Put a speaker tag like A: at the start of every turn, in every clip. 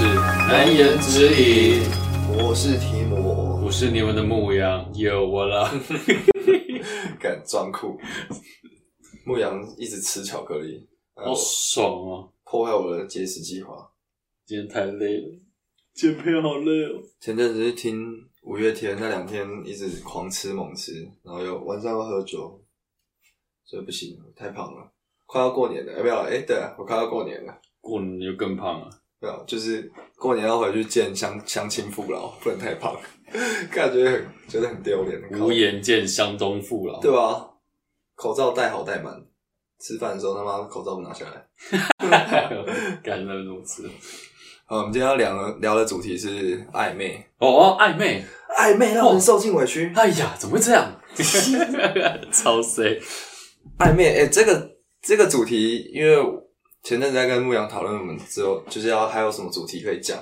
A: 难言之隐。
B: 我是提 摩，
A: 我是你们的牧羊，有我了。
B: 敢装酷。牧羊一直吃巧克力，然
A: 好
B: 后
A: 爽哦！
B: 破坏我的节食计划。
A: 今天太累了，减肥好累哦。
B: 前阵子是听五月天那两天一直狂吃猛吃，然后又晚上又喝酒，所以不行，太胖了。快要过年了，哎、没有，哎、对啊，我快要过年了，
A: 过年就更胖了。
B: 对啊，就是过年要回去见乡乡亲父老，不能太胖， 感觉很觉得很丢脸。
A: 无颜见乡中父老。
B: 对吧？口罩戴好戴满，吃饭的时候他妈口罩不拿下来。
A: 干了如此。
B: 好，我们今天要聊的聊的主题是暧昧，哦
A: 哦，暧昧。
B: 暧昧让人受尽委屈。
A: 哎呀，怎么会这样？ 超 C。
B: 暧昧，哎、这个这个主题，因为前阵子在跟牧羊讨论，我们之后就是要还有什么主题可以讲，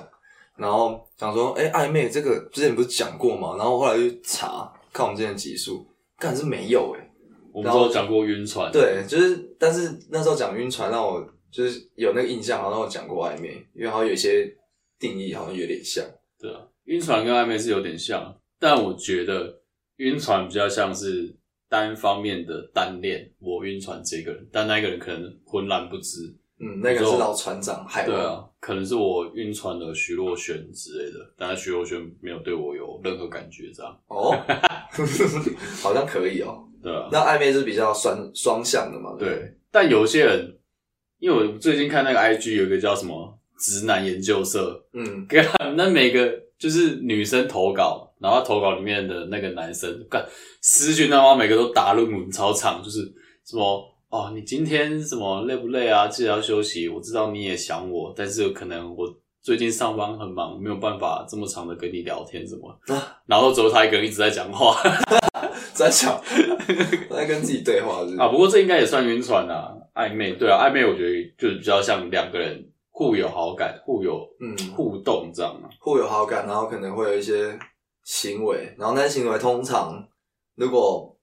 B: 然后想说，哎、暧昧这个之前不是讲过吗？然后我后来去查看我们之前的集数，干是没有哎、
A: 我们之前讲过晕船。
B: 对，就是，但是那时候讲晕船，让我就是有那个印象，好像我讲过暧昧，因为好像有一些定义好像有点像。
A: 对啊，晕船跟暧昧是有点像，但我觉得晕船比较像是单方面的单恋，我晕船这个人，但那个人可能浑然不知。
B: 嗯，那个是老船长海
A: 对
B: 王，
A: 啊，可能是我晕船了徐若瑄之类的，但是徐若瑄没有对我有任何感觉，这样。
B: 哦， 好像可以哦。
A: 对啊，
B: 那暧昧是比较双双向的嘛？不，
A: 对，但有些人，因为我最近看那个 IG 有一个叫什么“直男研究社”，
B: 嗯，
A: 干， 那每个就是女生投稿，然后投稿里面的那个男生，干私讯他妈每个都打论文超长，就是什么哦，你今天什么累不累啊？记得要休息。我知道你也想我，但是可能我最近上班很忙，没有办法这么长的跟你聊天什么。
B: 啊
A: 然后之后他一个人一直在讲话
B: 在想， 在跟自己对话是不是
A: 啊，不过这应该也算晕船啊，暧昧对啊，暧昧我觉得就是比较像两个人互有好感、互有
B: 嗯，
A: 互动这样啊。
B: 互有好感，然后可能会有一些行为，然后那些行为通常如果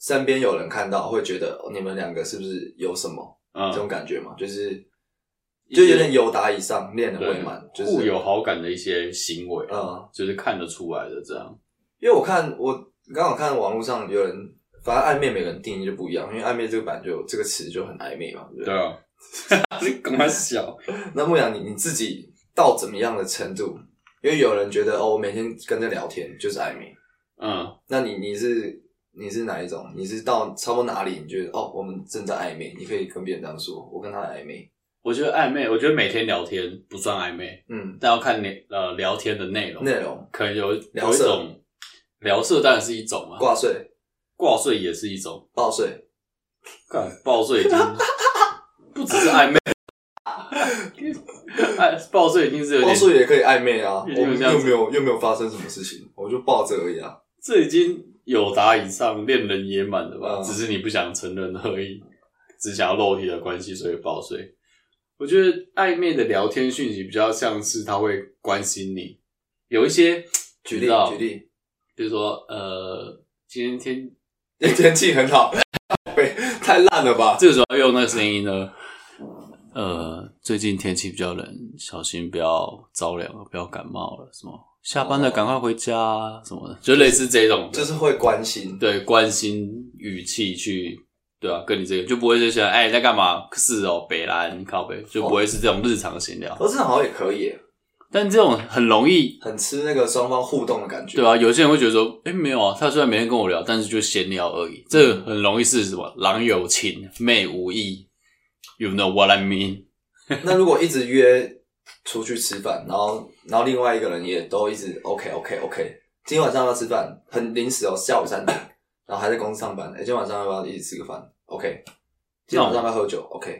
B: 身边有人看到，会觉得哦你们两个是不是有什么？
A: 嗯
B: 这，种感觉嘛，就是
A: 一
B: 就
A: 些
B: 有点有达以上，恋人
A: 对，
B: 未满，就是
A: 互有好感的一些行为，
B: 嗯，
A: 就是看得出来的这样。
B: 因为我看我刚好看网络上有人，反正暧昧每个人定义就不一样，因为暧昧这个版就有这个词就很暧昧嘛，对不对？
A: 对啊， 你干嘛笑？
B: 那牧羊你你自己到怎么样的程度？因为有人觉得哦，我每天跟着聊天就是暧昧，
A: 嗯，
B: 那你你是你是哪一种？你是到差不多哪里你觉得哦，我们正在暧昧？你可以跟别人这样说，我跟他暧昧，
A: 我觉得暧昧，我觉得每天聊天不算暧昧，
B: 嗯，
A: 但要看你呃聊天的内容，
B: 内容
A: 可能有有
B: 聊
A: 一
B: 色
A: 种聊色当然是一种嘛，
B: 挂睡、
A: 挂睡也是一种，
B: 报睡，
A: 干报睡已 经不只是暧昧， 哎，报睡已经是有
B: 抱
A: 点
B: 住也可以暧昧啊，我
A: 有点
B: 们
A: 这样
B: 又
A: 子
B: 没有又没有发生什么事情，我就抱着而已啊。
A: 这已经有达以上恋人也满了吧？
B: 嗯
A: 只是你不想承认而已，只想要肉体的关系，所以报睡。我觉得暧昧的聊天讯息比较像是他会关心你，有一些
B: 举
A: 你
B: 例
A: 知道
B: 举例，
A: 比如说呃，今天天
B: 天气很好，喂，太烂了吧？
A: 这个时候要用那个声音呢，呃，最近天气比较冷，小心不要着凉，不要感冒了，什么下班了
B: 哦
A: 赶快回家啊、什么的，就类似这种的，
B: 就是会关心，
A: 对关心语气去，对啊，跟你这个就不会就想哎、你在干嘛？是哦，北兰靠北，就不会是这种日常闲聊。
B: 我哦这种好像也可以耶，
A: 但这种很容易，
B: 很吃那个双方互动的感觉。
A: 对啊，有些人会觉得说，哎、没有啊，他虽然每天跟我聊，但是就闲聊而已。这很容易是什么？郎有情，妹无意。You know what I mean？
B: 那如果一直约出去吃饭，然后然后另外一个人也都一直 OK OK OK，今天晚上要吃饭，很临时哦，下午三点， 然后还在公司上班，哎、今天晚上要不要一起吃个饭？OK，今天晚上要不要喝酒？OK，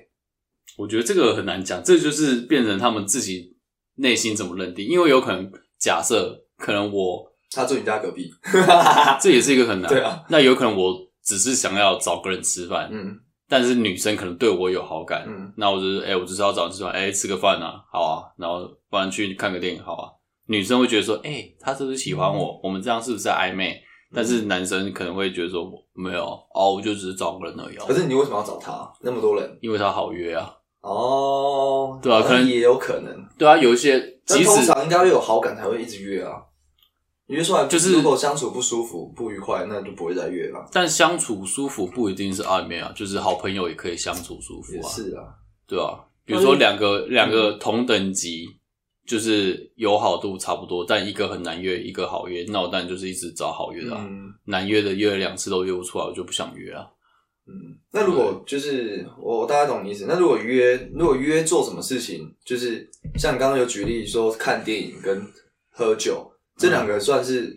A: 我觉得这个很难讲，这就是变成他们自己内心怎么认定，因为有可能假设，可能我
B: 他住你家隔壁，
A: 这也是一个很难。
B: 对啊，
A: 那有可能我只是想要找个人吃饭，
B: 嗯
A: 但是女生可能对我有好感，
B: 嗯。
A: 那我就是哎、我就是要找你吃饭，哎、吃个饭啊，好啊，然后不然去看个电影，好啊。女生会觉得说，哎、他是不是喜欢
B: 嗯
A: 我？我们这样是不是在暧昧？但是男生可能会觉得说，没有哦，我就只是找个人而已、
B: 可
A: 哦，
B: 是你为什么要找他？那么多人
A: 因为他好约啊。
B: 哦，
A: 对啊可能
B: 也有可能，
A: 对啊，有一些
B: 但
A: 即
B: 通
A: 使
B: 常应该会有好感才会一直约啊。约出来
A: 就是
B: 如果相处不舒服、不愉快，那就不会再约了。
A: 但相处舒服不一定是暧昧啊，就是好朋友也可以相处舒服
B: 也
A: 啊，
B: 是嗯啊，
A: 对啊，比如说两个两个同等级，就是友好度差不多，但一个很难约，一个好约，那我当然就是一直找好约的、啊，
B: 嗯
A: 难约的约了两次都约不出来，我就不想约啊。
B: 嗯。那如果就是我我大概懂你意思。那如果约，如果约做什么事情，就是像你刚刚有举例说看电影跟喝酒这
A: 嗯
B: 两个，算是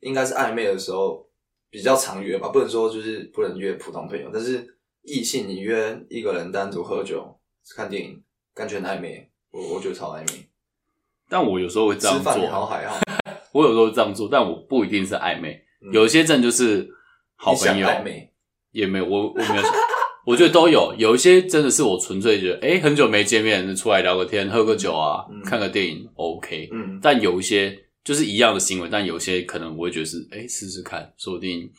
B: 应该是暧昧的时候比较常约吧，不能说就是不能约普通朋友，但是异性你约一个人单独喝酒看电影，感觉很暧昧。我我觉得超暧昧，
A: 但我有时候会这
B: 吃
A: 样
B: 饭好
A: 做，啊
B: 还 好，
A: 我有时候会这样做，但我不一定是暧昧，
B: 嗯
A: 有些真的就是好
B: 你想
A: 朋友
B: 暧昧，
A: 也没有，我我没有想， 我觉得都有，有一些真的是我纯粹觉得，哎、很久没见面，出来聊个天，喝个酒啊，
B: 嗯
A: 看个电影，OK。
B: 嗯
A: 但有一些就是一样的行为，但有些可能我会觉得是，哎、试试看，说不定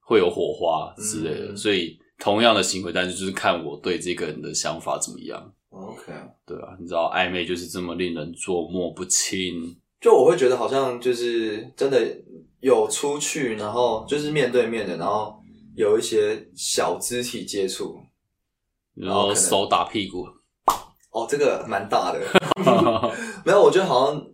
A: 会有火花之类的。
B: 嗯
A: 所以同样的行为，但是就是看我对这个人的想法怎么样，
B: ，OK。
A: 对啊，你知道暧昧就是这么令人捉摸不清，
B: 就我会觉得好像就是真的有出去，然后就是面对面的，然后有一些小肢体接触。
A: 然
B: 哦可
A: 后
B: 能
A: 手打屁 股，
B: 哦，这个蛮大 的。没有，我觉得好像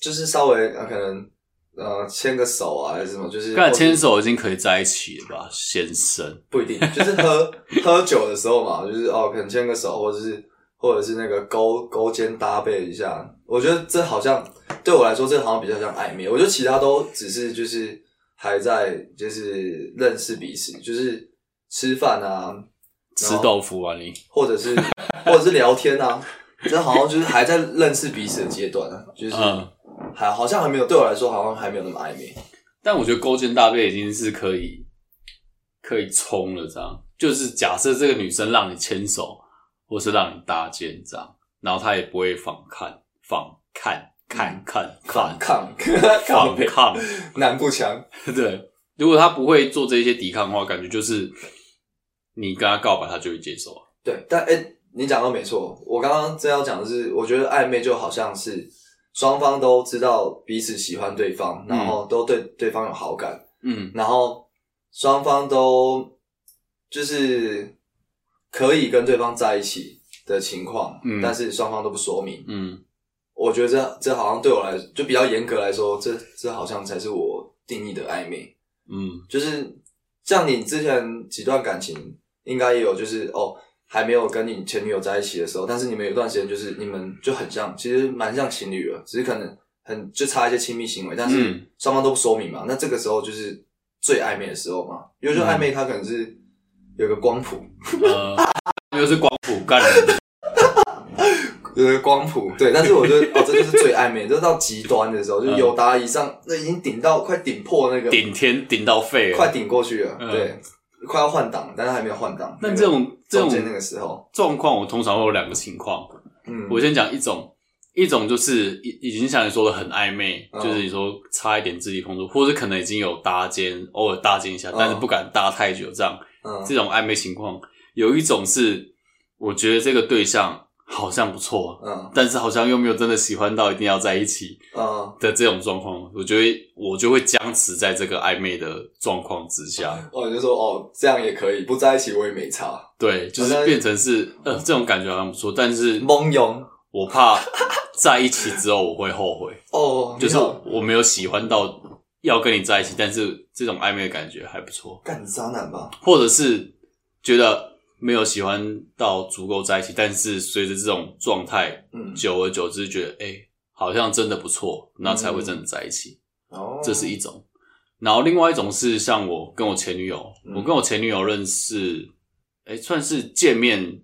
B: 就是稍微、呃、可能呃牵个手啊，还是什么，就是
A: 干牵手已经可以在一起了吧，先生？
B: 不一定，就是喝 喝酒的时候嘛，就是哦可能牵个手，或者是或者是那个勾勾肩搭背一下。我觉得这好像对我来说，这好像比较像暧昧。我觉得其他都只是就是还在就是认识彼此，就是吃饭啊，
A: 吃豆腐啊你！
B: 或者是 或者是聊天啊，这好像就是还在认识彼此的阶段啊，就是
A: 嗯
B: 还好像还没有对我来说，好像还没有那么暧昧。
A: 但我觉得勾肩搭背已经是可以可以冲了，这样就是假设这个女生让你牵手，或是让你搭肩这样，然后她也不会反抗、反看、看、看、
B: 嗯反
A: 看、
B: 抗，
A: 反
B: 背
A: 抗，
B: 南部强，
A: 对。如果她不会做这些抵抗的话，感觉就是你跟她告白，她就会接受啊。
B: 对，但哎、欸你讲到没错，我刚刚正要讲的是，我觉得暧昧就好像是双方都知道彼此喜欢对方，然后都对对方有好感，
A: 嗯，
B: 然后双方都就是可以跟对方在一起的情况，
A: 嗯
B: 但是双方都不说明。
A: 嗯，
B: 我觉得这这好像对我来就比较严格来说，这这好像才是我定义的暧昧。
A: 嗯，
B: 就是像你之前几段感情，应该也有就是哦，还没有跟你前女友在一起的时候，但是你们有一段时间就是你们就很像，其实蛮像情侣了，只是可能很就差一些亲密行为，但
A: 嗯
B: 是双方都不说明嘛。那这个时候就是最暧昧的时候嘛，因为就
A: 嗯
B: 暧昧它可能是有个光谱，
A: 呃， 又是光谱干人，
B: 有个光谱，对。但是我觉得哦，这就是最暧昧，就是到极端的时候，就是有达以上，那已经顶到快顶破那
A: 嗯
B: 个，
A: 顶天顶到废
B: 快
A: 了。
B: 顶过去了，
A: 嗯
B: 对。快要换挡，但是还没有换挡。
A: 那
B: 个
A: 这种这
B: 中
A: 种
B: 间那个时候，
A: 状况，我通常会有两个情况。
B: 嗯，
A: 我先讲一种，一种就是已已经像你说的很暧昧，
B: 嗯
A: 就是你说差一点肢体碰触，或者可能已经有搭肩，偶尔搭肩一下，
B: 嗯
A: 但是不敢搭太久，这样
B: 嗯
A: 这种暧昧情况。有一种是，我觉得这个对象好像不错，
B: 嗯
A: 但是好像又没有真的喜欢到一定要在一起
B: 嗯，
A: 的这种状况，我觉得我就会僵持在这个暧昧的状况之 下，
B: 哦，你就说哦，这样也可以，不在一起我也没差，
A: 对，就是
B: 好像
A: 变成是呃这种感觉好像不错，但是
B: 懵懂
A: 我怕在一起之后我会后 悔。
B: 哦，
A: 就是
B: 你好
A: 我没有喜欢到要跟你在一起，但是这种暧昧的感觉还不错，
B: 干渣男吧？
A: 或者是觉得没有喜欢到足够在一起，但是随着这种状态，
B: 嗯，
A: 久而久之觉得哎、诶好像真的不错，那才
B: 嗯
A: 会真的在一起，
B: 哦，
A: 这是一种。然后另外一种是像我跟我前女友，
B: 嗯
A: 我跟我前女友认识，哎、算是见面，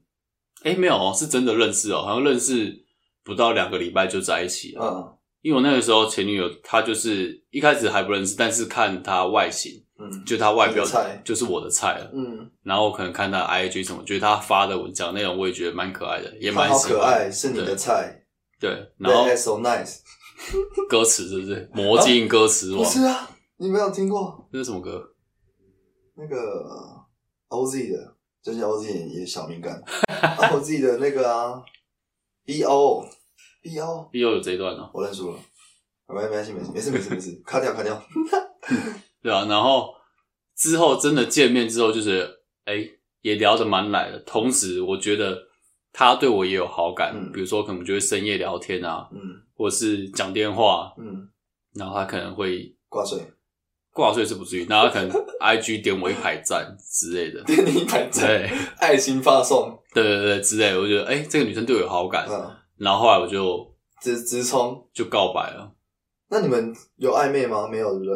A: 哎、没有哦，是真的认识哦，好像认识不到两个礼拜就在一起了。
B: 嗯
A: 因为我那个时候前女友她就是一开始还不认识，但是看她外形，
B: 嗯，
A: 就她外表
B: 你的菜
A: 就是我的菜了。
B: 嗯，
A: 然后我可能看她的 IG 什么，觉得她发的文章内容我也觉得蛮可爱的，也
B: 他
A: 蛮
B: 好
A: 喜欢
B: 可爱，是你的菜，
A: 对，对然后
B: That is so nice，
A: 歌词是不是《魔镜歌词
B: 不
A: 王》
B: 是啊，你没有听过
A: 这是什么歌？
B: 那个 OZ 的就是我自己也小 敏感，啊，我自己的那个啊，B O B O，
A: B O 有这一段哦，
B: 我认输了，没没关系，没事没事没事没事，卡掉卡掉，
A: 对啊，然后之后真的见面之后，就是哎、也聊得蛮来的，同时我觉得他对我也有好感，
B: 嗯
A: 比如说可能就会深夜聊天啊，
B: 嗯
A: 或者是讲电话，
B: 嗯，
A: 然后他可能会
B: 挂水，
A: 挂睡是不至于，然后他可 能 I G 点我一排赞之类的，
C: 电力反正
A: 对
C: 爱心发送，
A: 对对对之类的，我觉得哎、这个女生对我有好感，
B: 嗯，
A: 然后后来我就
B: 直直冲。
A: 就告白了，
B: 那你们有暧昧吗？没有，对不对？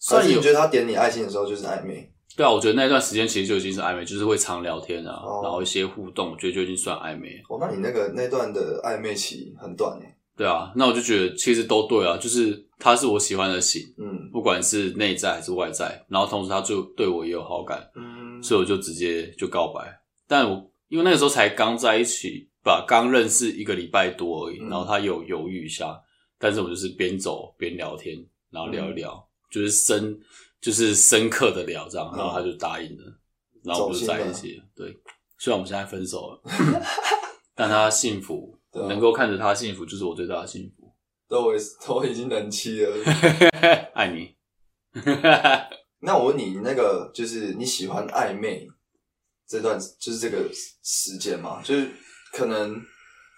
A: 算
B: 还是
A: 有
B: 你觉得他点你爱心的时候就是暧昧？
A: 对啊，我觉得那段时间其实就已经是暧昧，就是会常聊天啊，
B: 哦
A: 然后一些互动，我觉得就已经算暧昧了。
B: 哦，那你那个那段的暧昧期很短欸诶。
A: 对啊，那我就觉得其实都对啊，就是他是我喜欢的型，
B: 嗯
A: 不管是内在还是外在，然后同时他就对我也有好感，
B: 嗯
A: 所以我就直接就告白。但我因为那个时候才刚在一起吧，刚认识一个礼拜多而已，
B: 嗯
A: 然后他有犹豫一下，但是我就是边走边聊天，然后聊一聊，就是深就是深刻的聊这样，
B: 嗯
A: 然后他就答应了，然后我们就在一起了。对，虽然我们现在分手了， 但他幸福，
C: 对啊
A: 能够看着他幸福，就是我最大的幸福。
C: 都我都已经人妻 了，
A: 爱你。
B: 那我问你，你那个就是你喜欢暧昧这段，就是这个时间嘛？就是可能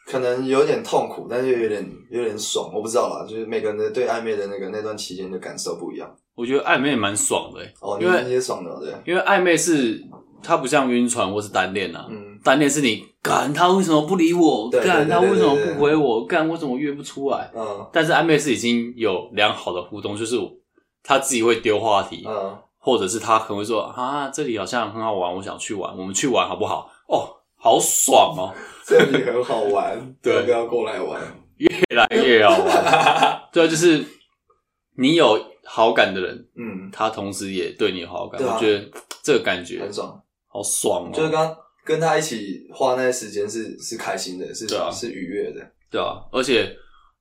B: 可能有点痛苦，但是又有点有点爽，我不知道啦。就是每个人的对暧昧的那个那段期间的感受不一样。
A: 我觉得暧昧蛮爽的欸、
B: 哦，你
A: 因为
B: 你也爽了，对？
A: 因为暧昧是它不像晕船或是单恋啊，
B: 嗯，
A: 单恋是你干他为什么不理我，
B: 对对
A: 干
B: 对
A: 他为什么
B: 对对
A: 不回我，干为什么我约不出来？
B: 嗯
A: 但是暧昧是已经有良好的互动，就是他自己会丢话题，
B: 嗯，
A: 或者是他可能会说啊这里好像很好玩，我想去玩，我们去玩好不好？哦，好爽哦，
C: 这里很好 玩，
A: 对
C: 要不要过来玩？
A: 越来越好玩。 对啊，就是你有好感的人，
B: 嗯，
A: 他同时也对你有好感，
B: 对啊
A: 我觉得这个感觉
B: 很爽。
A: 好爽哦，
B: 就是刚刚跟他一起花那些时间是是开心的，是、
A: 对啊
B: 是愉悦的。
A: 对啊，而且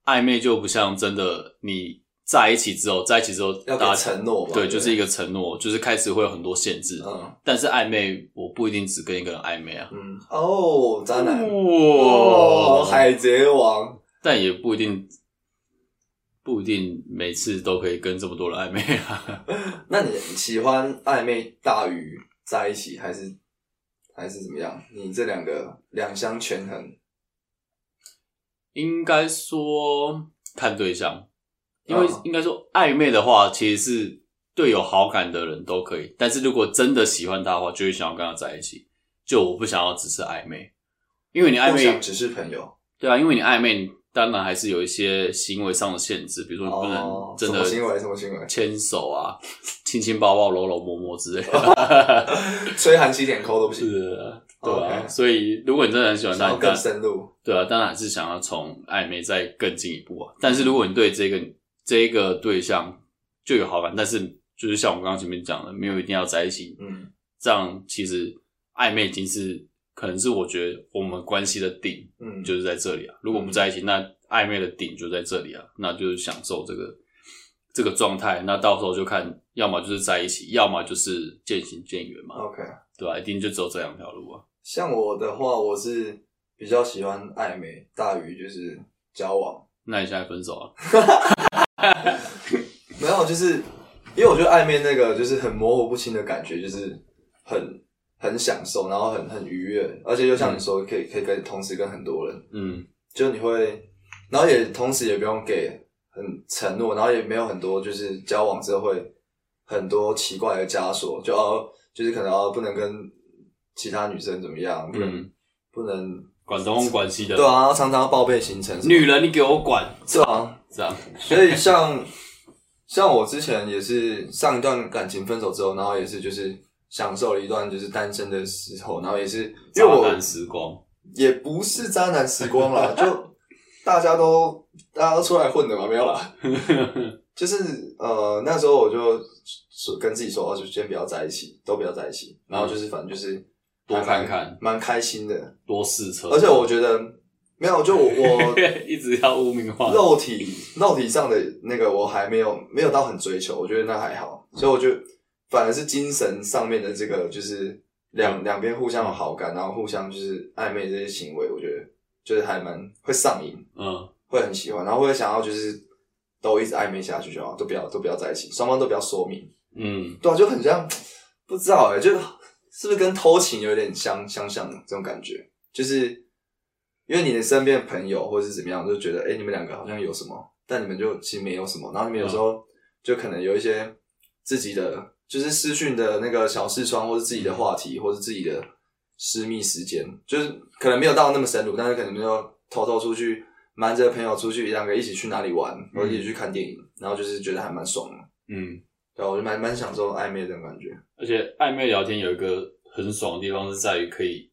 A: 暧昧就不像真的你在一起之后，在一起之后
B: 要给
A: 大家
B: 承诺嘛
A: 对，
B: 对
A: 就是一个承诺，就是开始会有很多限制。
B: 嗯
A: 但是暧昧，我不一定只跟一个人暧昧啊。
B: 嗯，哦，渣男。
A: 嗯
B: 哦，
A: 哇
B: 海贼王，
A: 但也不一定，不一定每次都可以跟这么多人暧昧啊。
B: 那你喜欢暧昧大于在一起，还是还是怎么样？你这两个两相权衡，
A: 应该说看对象，因为
B: 嗯
A: 应该说暧昧的话，其实是对有好感的人都可以。但是如果真的喜欢他的话，就会想要跟他在一起。就我不想要只是暧昧，因为你暧
B: 不想
A: 昧，
B: 只是朋友，
A: 对啊，因为你暧昧，当然还是有一些行为上的限制，比如说你不能
B: 哦
A: 真的
B: 什么行为什么行为
A: 牵手啊、 亲亲抱抱、搂搂摸摸之类 的，
B: 吹寒气点抠都不行。
A: 是的，对啊。
B: OK
A: 所以如果你真的很喜欢
B: 想
A: 他，
B: 要
A: 你当
B: 更
A: 然
B: 深入，
A: 对啊，当然还是想要从暧昧再更进一步啊。但是如果你对这个这个对象就有好感，但是就是像我们刚刚前面讲的，没有一定要在一起，
B: 嗯，
A: 这样其实暧昧已经是可能是我觉得我们关系的顶
B: 嗯，
A: 就是在这里啊。如果不在一起，那暧昧的顶就在这里啊，那就是享受这个这个状态。那到时候就看，要么就是在一起，要么就是渐行渐远嘛，
B: OK。
A: 对啊吧、一定就只有这两条路啊。
B: 像我的话，我是比较喜欢暧昧大于就是交往，
A: 那你现在分手啊？
B: 没有，就是因为我觉得暧昧那个就是很模糊不清的感觉，就是很很享受，然后很很愉悦，而且就像你说，可以可以跟同时跟很多人。
A: 嗯，
B: 就你会，然后也同时也不用给很承诺，然后也没有很多就是交往之后会很多奇怪的枷锁，就哦，就是可能哦不能跟其他女生怎么样，不能、
A: 嗯
B: 不能，
A: 管东管西的，
B: 对啊，然后常常要报备行程什么，
A: 女人你给我管，
B: 对啊，
A: 这样，
B: 所以像 像我之前也是上一段感情分手之后，然后也是就是享受了一段就是单身的时候，然后也是因
A: 渣
B: 为我
A: 男时光，
B: 也不是渣男时 光啦，就大家都大家都出来混的嘛，没有 啦。就是呃，那时候我就说跟自己说，哦，就先不要在一起，都不要在一起。然后就是反正就是
A: 多
B: 还蛮
A: 看看
B: 蛮开心的。
A: 多试车，
B: 而且我觉得没有，就我 我
A: 一直要污名化，
B: 肉体肉体上的那个我还没有没有到很追求，我觉得那还好。所以我就反而是精神上面的这个就是两两边互相有好感，然后互相就是暧昧这些行为，我觉得就是还蛮会上瘾，
A: 嗯，
B: 会很喜欢，然后会想要就是都一直暧昧下去就好，都不要都不要在一起，双方都不要说明。
A: 嗯，
B: 对啊，就很像，不知道哎、欸，就是不是跟偷情有点相相像的这种感觉，就是因为你的身边的朋友或者是怎么样，就觉得哎、欸你们两个好像有什么，但你们就其实没有什么，然后你们有时候就可能有一些自己的，就是私讯的那个小视窗，或是自己的话题，或是自己的私密时间，就是可能没有到那么深入，但是可能就偷偷出去瞒着朋友出去，两个一起去哪里玩，或者一起去看电影，然后就是觉得还蛮爽的。
A: 嗯。
B: 对啊，我就蛮蛮享受暧昧这种感觉。
A: 而且暧昧聊天有一个很爽的地方是在于可以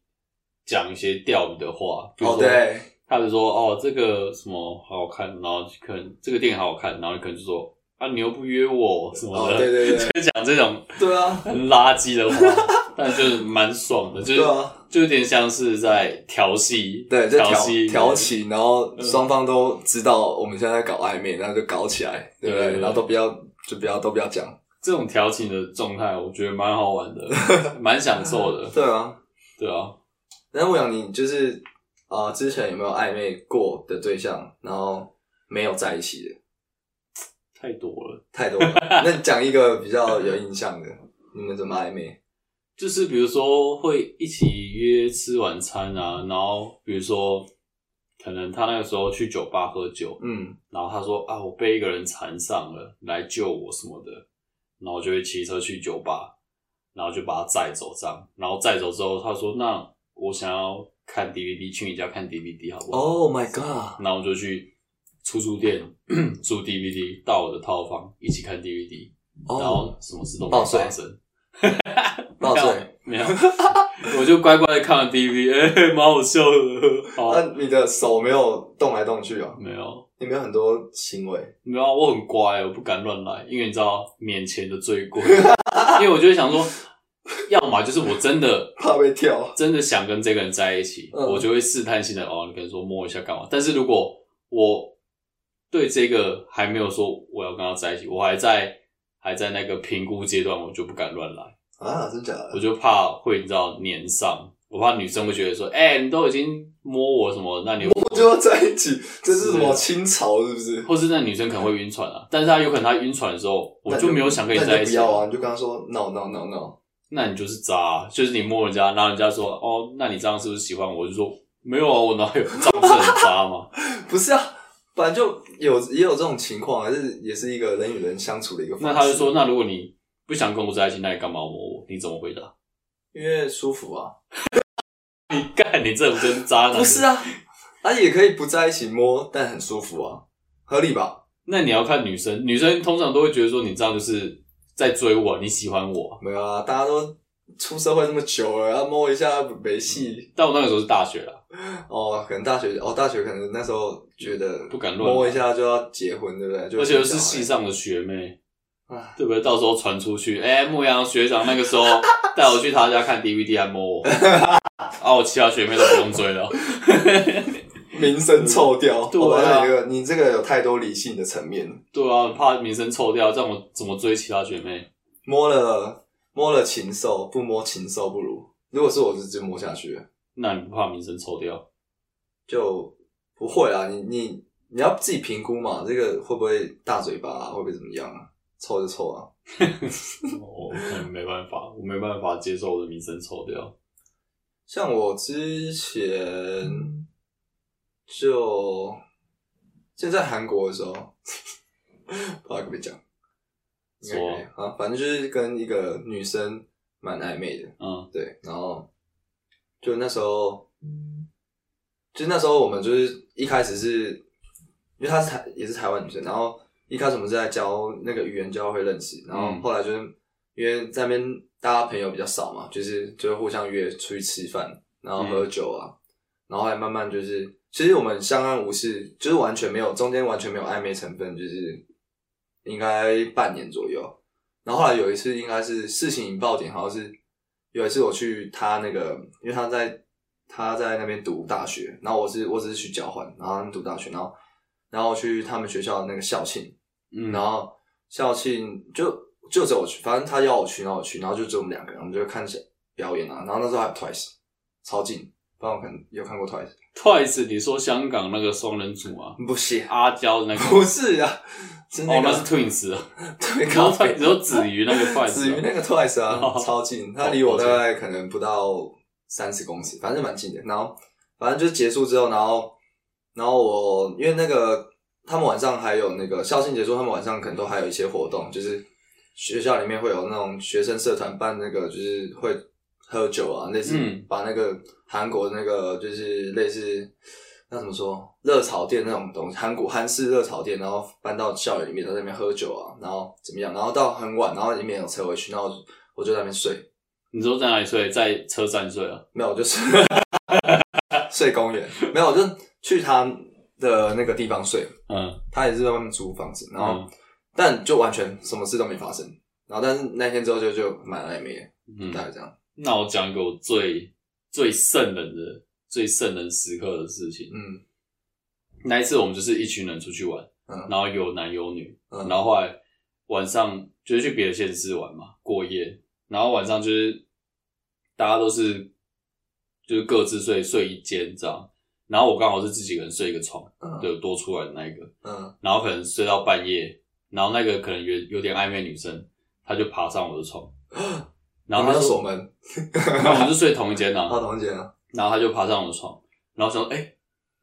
A: 讲一些钓鱼的话，比如
B: 哦，
A: 说
B: 对，
A: 他就说哦这个什么好好看，然后可能这个电影好好看，然后你可能就说啊你又不约我什么
B: 哦，
A: 的，
B: 对对对，
A: 就讲这种
B: 对啊，
A: 很垃圾的话，但就是蛮爽的，就是、
B: 对啊
A: 就有点像是在调戏，
B: 对，就调
A: 戏嗯
B: 调，情，然后双方都知道我们现在在搞暧昧，然后就搞起来，对不
A: 对
B: 对？
A: 对
B: 然后都不要，就不要，都不要讲。
A: 这种调情的状态，我觉得蛮好玩的， 蛮享受的，
B: 对啊，
A: 对啊，
B: 那我想你就是啊、呃之前有没有暧昧过的对象，然后没有在一起的
A: 太多了。
B: 太多了？那你讲一个比较有印象的，你们怎么暧昧？
A: 就是比如说会一起约吃晚餐啊，然后比如说可能他那个时候去酒吧喝酒，
B: 嗯，
A: 然后他说啊我被一个人缠上了，来救我什么的，然后我就会骑车去酒吧，然后就把他载走这样，然后载走之后他说那我想要看 DVD，去你家看 DVD 好不好？
B: ，Oh my god，
A: 然后我就去出租店租 DVD 到我的套房一起看 DVD，、然后
B: 哦，
A: 什么事都
B: 报
A: 没
B: 税
A: 发生。
B: 报税。
A: 没有，我就乖乖的看了 DVD，哎、蛮好笑的。好
B: 那、，啊你的手没有动来动去啊？
A: 没有，
B: 你没有很多行为？
A: 没有啊，我很乖，我不敢乱来，因为你知道，免钱的最贵。 因为我就会想说，要么就是我真的
B: 怕被跳。
A: 真的想跟这个人在一起，
B: 嗯
A: 我就会试探性的哦，你跟人说摸一下干嘛？但是如果我对这个还没有说我要跟他在一起，我还在还在那个评估阶段，我就不敢乱来。
B: 啊，真假的？
A: 我就怕会你知道粘上，我怕女生会觉得说，哎、你都已经摸我什么，那你
B: 我就要在一起，这是什
A: 是
B: 么
A: 啊
B: 清朝是不是？
A: 或是那女生可能会晕船啊，但是她有可能她晕船的时候，我就没有想跟
B: 那
A: 你在一
B: 就
A: 起，
B: 不要啊！你就跟他说 no no no no，
A: 那你就是渣啊、就是你摸人家，然后人家说，哦，那你这样是不是喜欢我？我就说没有啊，我哪有，这样不是很渣 吗？
B: 不是啊，本来就有也有这种情况，还是也是一个人与人相处的一个方
A: 那
B: 式。
A: 他就说，那如果你不想跟我在一起，那你干嘛摸我？你怎么回答？
B: 因为舒服啊，
A: 你干，你这种真渣男。
B: 不是，啊，啊也可以不在一起摸，但很舒服啊，合理吧？
A: 那你要看女生，女生通常都会觉得说你这样就是在追我，你喜欢我啊。
B: 没有啊，大家都出社会这么久了，要摸一下没戏
A: 但我那个时候是大学啦，
B: 哦。可能大学哦，大学可能那时候觉得
A: 嗯不敢乱来
B: 摸一下就要结婚，对不对？就
A: 而且又是
B: 生小孩
A: 系上的学妹，
B: 唉
A: 对不对？到时候传出去，哎、牧羊学长那个时候带我去他家看 DVD，还 摸我，啊，我其他学妹都不用追了。
B: 名声臭掉。
A: 对啊
B: 好吧那你这个你这个有太多理性的层面，
A: 对啊，怕名声臭掉，这样我怎么追其他学妹？
B: 摸了摸了禽兽，不摸禽兽不如。如果是我，是直接摸下去了，
A: 那你不怕名声臭 掉？
B: 就不会啦。你你你要自己评估嘛，这个会不会大嘴巴、啊，会不会怎么样啊？臭就臭啊。
A: 哦我可能没办法，我没办法接受我的名声臭掉。
B: 像我之前就就在韩国的时候， 不知道可不可以讲，应该可以啊。反正就是跟一个女生蛮暧昧的，
A: 嗯
B: 对，然后就那时候，就那时候我们就是一开始是，因为她是台也是台湾女生，然后一开始我们是在教那个语言交会认识，然后
A: 嗯
B: 后来就是因为在那边大家朋友比较少嘛，就是就互相约出去吃饭，然后喝酒啊，然后后来慢慢就是，其实我们相安无事，就是完全没有中间完全没有暧昧成分，就是应该半年左右。然后后来有一次，应该是事情引爆点，好像是有一次我去他那个，因为他在他在那边读大学，然后我是我只是去交换，然后他们读大学，然后然后去他们学校的那个校庆，
A: 嗯，
B: 然后校庆就就只有我去，反正他要我去，然后我去，然后就只有我们两个人，我们就看小表演啊，然后那时候还有 Twice，超近，不然我可能有看过 Twice，
A: Twice，你说香港那个双人组啊，
B: 不是，
A: 阿娇的那个，
B: 不是啊，是那
A: 哦，
B: 个、
A: 那是 Twins 啊，
B: 对
A: 然
B: 咖
A: 后
B: 啡
A: 你，说子瑜那 个 Twice，啊
B: 子瑜那个 Twice 啊，
A: 哦
B: 超近，他离我大概可能不到三十公尺，反正蛮近的。然后反正就结束之后，然后然后我因为那个他们晚上还有那个校庆结束，他们晚上可能都还有一些活动，就是学校里面会有那种学生社团办那个，就是会喝酒啊，类似
A: 嗯
B: 把那个韩国那个就是类似。那怎么说？热炒店那种东西，韩国韩式热炒店，然后搬到校园里面，在那边喝酒啊，然后怎么样？然后到很晚，然后也没有车回去，然后我就我就在那边睡，
A: 你说在哪里睡？在车站睡啊？
B: 没有，我就是 睡公园，没有，我就去他的那个地方睡。
A: 嗯，
B: 他也是在外面租房子，然后、
A: 嗯
B: 但就完全什么事都没发生。然后但是那天之后就就蛮暧昧的，
A: 嗯
B: 大概这样。
A: 那我讲一个我最最瘆人的、最瘆人时刻的事情。
B: 嗯
A: 那一次我们就是一群人出去玩，
B: 嗯
A: 然后有男有女，
B: 嗯，
A: 然后后来晚上就是去别的县市玩嘛，过夜，然后晚上就是大家都是就是各自睡睡一间这样，然后我刚好是自己一个人睡一个床，
B: 嗯
A: 对，多出来的那一个，
B: 嗯
A: 然后可能睡到半夜，然后那个可能有有点暧昧女生，她就爬上我的 床，然后她
B: 他就
A: 就
B: 锁，门，
A: 然后我们就睡同一间
B: 他
A: 啊，
B: 同间啊，
A: 然后她就爬上我的床，然后说，哎、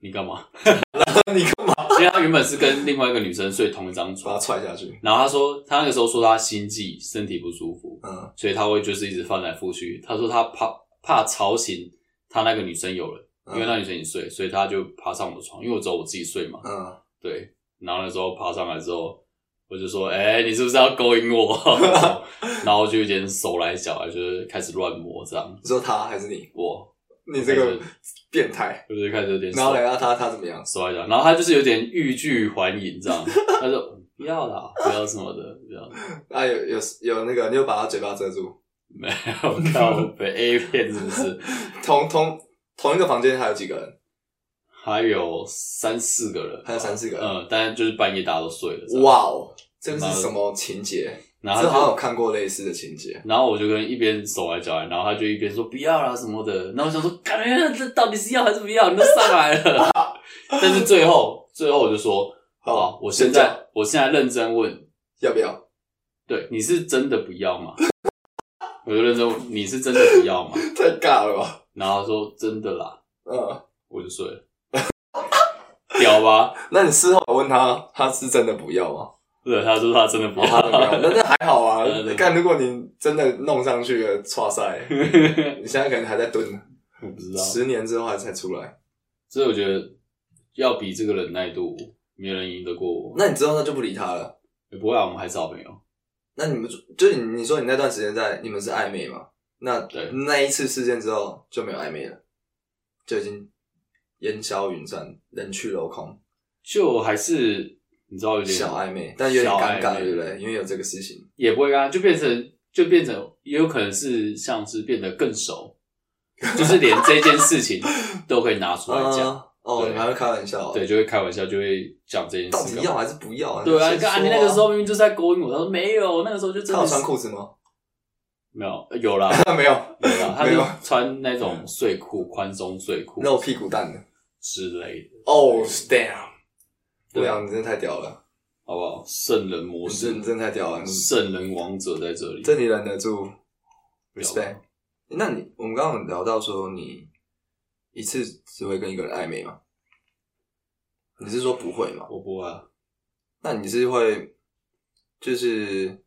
A: 你干嘛？ 你干嘛？因为她原本是跟另外一个女生睡同一张
B: 把
A: 床
B: 他，踹下去。
A: 然后她说，她那个时候说她心悸，身体不舒服，
B: 嗯
A: 所以她会就是一直翻来覆去。她说她怕怕吵醒她那个女生有人，因为那女生已经睡，所以她就爬上我的床，因为我只有我自己睡嘛，
B: 嗯，
A: 对，然后那时候爬上来之后，我就说：“哎、你是不是要勾引我？” 然后就有点手来脚来，就是开始乱摸这样。
B: 你说他还是你？
A: 我
B: 你这
A: 还
B: 个
A: 是
B: 变态。
A: 我就开始有点
B: 然后
A: 手
B: 来到他，他怎么样？
A: 手来脚，然后他就是有点欲拒还迎这样。他说：“嗯不要啦，不要什么的，不要。
B: 啊，有有有那个，你有把他嘴巴遮住。”
A: 没有靠北 A 片是不是？
B: 同同同一个房间还有几个人？
A: 还有三四个人，
B: 还有三四个人
A: 嗯，但是就是半夜大家都睡了。哇！
B: 哇哦，这个是什么情节？
A: 嗯然后
B: 这好
A: 他
B: 像
A: 就
B: 有看过类似的情节。
A: 然后我就跟一边手来脚来，然后他就一边说不要啦什么的，然后我想说，感觉这到底是要还是不要？你都上来 了，但是最后最后我就说，好，我现
B: 先这
A: 在
B: 样
A: 我现在认真问，
B: 要不要？
A: 对，你是真的不要吗？我就认真问，你是真的不要吗？
B: 太尬了吧？
A: 然后他说真的啦，
B: 嗯，
A: 我就睡了， 屌吧？
B: 那你事后有问他，他是真的不要吗？
A: 对，他说他真的不
B: 哦，他都没
A: 要，
B: 有，那那还好 啊
A: 对对对。
B: 看，如果你真的弄上去了，哇塞，你现在可能还在蹲，
A: 我不知道，
B: 十年之后还才出来。
A: 所以我觉得要比这个忍耐度，没人赢得过我。
B: 那你之后那就不理他了。
A: 也不会啊，我们还是好朋友。
B: 那你们就就是你你说你那段时间在你们是暧昧嘛？那
A: 对
B: 那一次事件之后就没有暧昧了，就已经烟消云散，人去楼空，
A: 就还是你知道有点
B: 小暧昧，但有点
A: 小
B: 尴
A: 暧
B: 尬，
A: 昧
B: 对不对？因为有这个事情，
A: 也不会跟他就变成就变成也有可能是像是变得更 熟，就是连这件事情都可以拿出来讲，
B: 啊哦，
A: 对
B: 你们还会开玩笑哦，
A: 对，就会开玩笑，就会讲这件
B: 到
A: 事
B: 底
A: 干
B: 要
A: 嘛。
B: 还是不要啊？
A: 对啊，
B: 先
A: 你看、啊、
B: 说啊
A: 你那个时候明明就是在勾引我，他说没有，那个时候就真
B: 他有
A: 的
B: 穿裤子吗？
A: 没有呃有啦
B: 没
A: 有
B: 有，
A: 啦，他
B: 没
A: 就
B: 有嗯
A: 穿那种睡裤，宽松睡裤
B: 露屁股蛋的。
A: 之类的，
B: Oh damn！
A: 对
B: 对啊，你真的太屌了，
A: 好不好？圣人模
B: 我
A: 式
B: 是，你真的太屌了，你
A: 圣人王者在这里，
B: 这你忍得住
A: 屌
B: ，respect。那你我们刚刚有聊到说你一次只会跟一个人暧昧吗？你是说不会吗？
A: 我不会啊，
B: 那你是会就是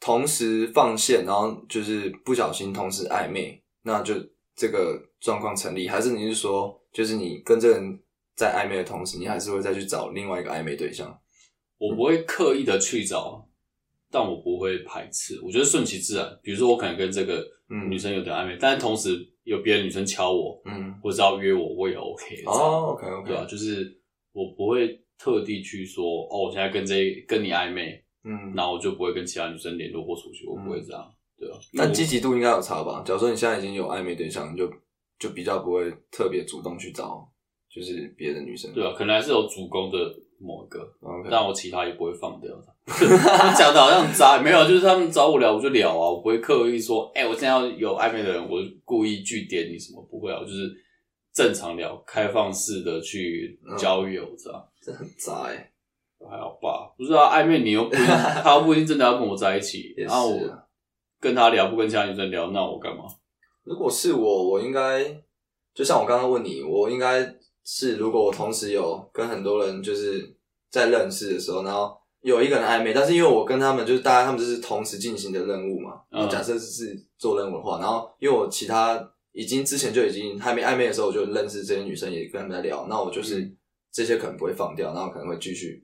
B: 同时放线，然后就是不小心同时暧昧，那就这个状况成立，还是你是说就是你跟这个人在暧昧的同时，你还是会再去找另外一个暧昧对象？
A: 我不会刻意的去找，但我不会排斥，我觉得顺其自然。比如说，我可能跟这个
B: 嗯
A: 女生有点暧昧，但是同时有别的女生敲我，
B: 嗯，
A: 或者要约我，我也 OK。
B: 哦，OK OK，
A: 对啊，就是我不会特地去说，哦，我现在跟这跟你暧昧，
B: 嗯，
A: 然后我就不会跟其他女生联络或出去，我不会这样。对啊，
B: 那
A: 我
B: 积极度应该有差吧？假如说你现在已经有暧昧对象，你就就比较不会特别主动去找就是别的女生。
A: 啊对啊，可能还是有主攻的某一个，
D: OK，
A: 但我其他也不会放掉它。 讲的好像很渣，没有，就是他们找我聊我就聊啊，我不会刻意说，哎、我现在要有暧昧的人，我故意去点你什么，不会啊，我就是正常聊，开放式的去
B: 嗯
A: 交友这样。
B: 渣哎、
A: 还好吧，不是啊，暧昧你又不一定，他又不一定真的要跟我在一起，
B: 也
A: 然
B: 是啊
A: 后我跟他聊，不跟其他女生聊，那我干嘛？
B: 如果是我，我应该就像我刚刚问你，我应该是如果我同时有跟很多人就是在认识的时候，然后有一个人暧昧，但是因为我跟他们就是大家他们就是同时进行的任务嘛，
A: 嗯
B: 假设是自己做任务的话，然后因为我其他已经之前就已经还没暧昧的时候，我就认识这些女生，也跟他们在聊，那我就是、
A: 嗯
B: 这些可能不会放掉，然后可能会继续。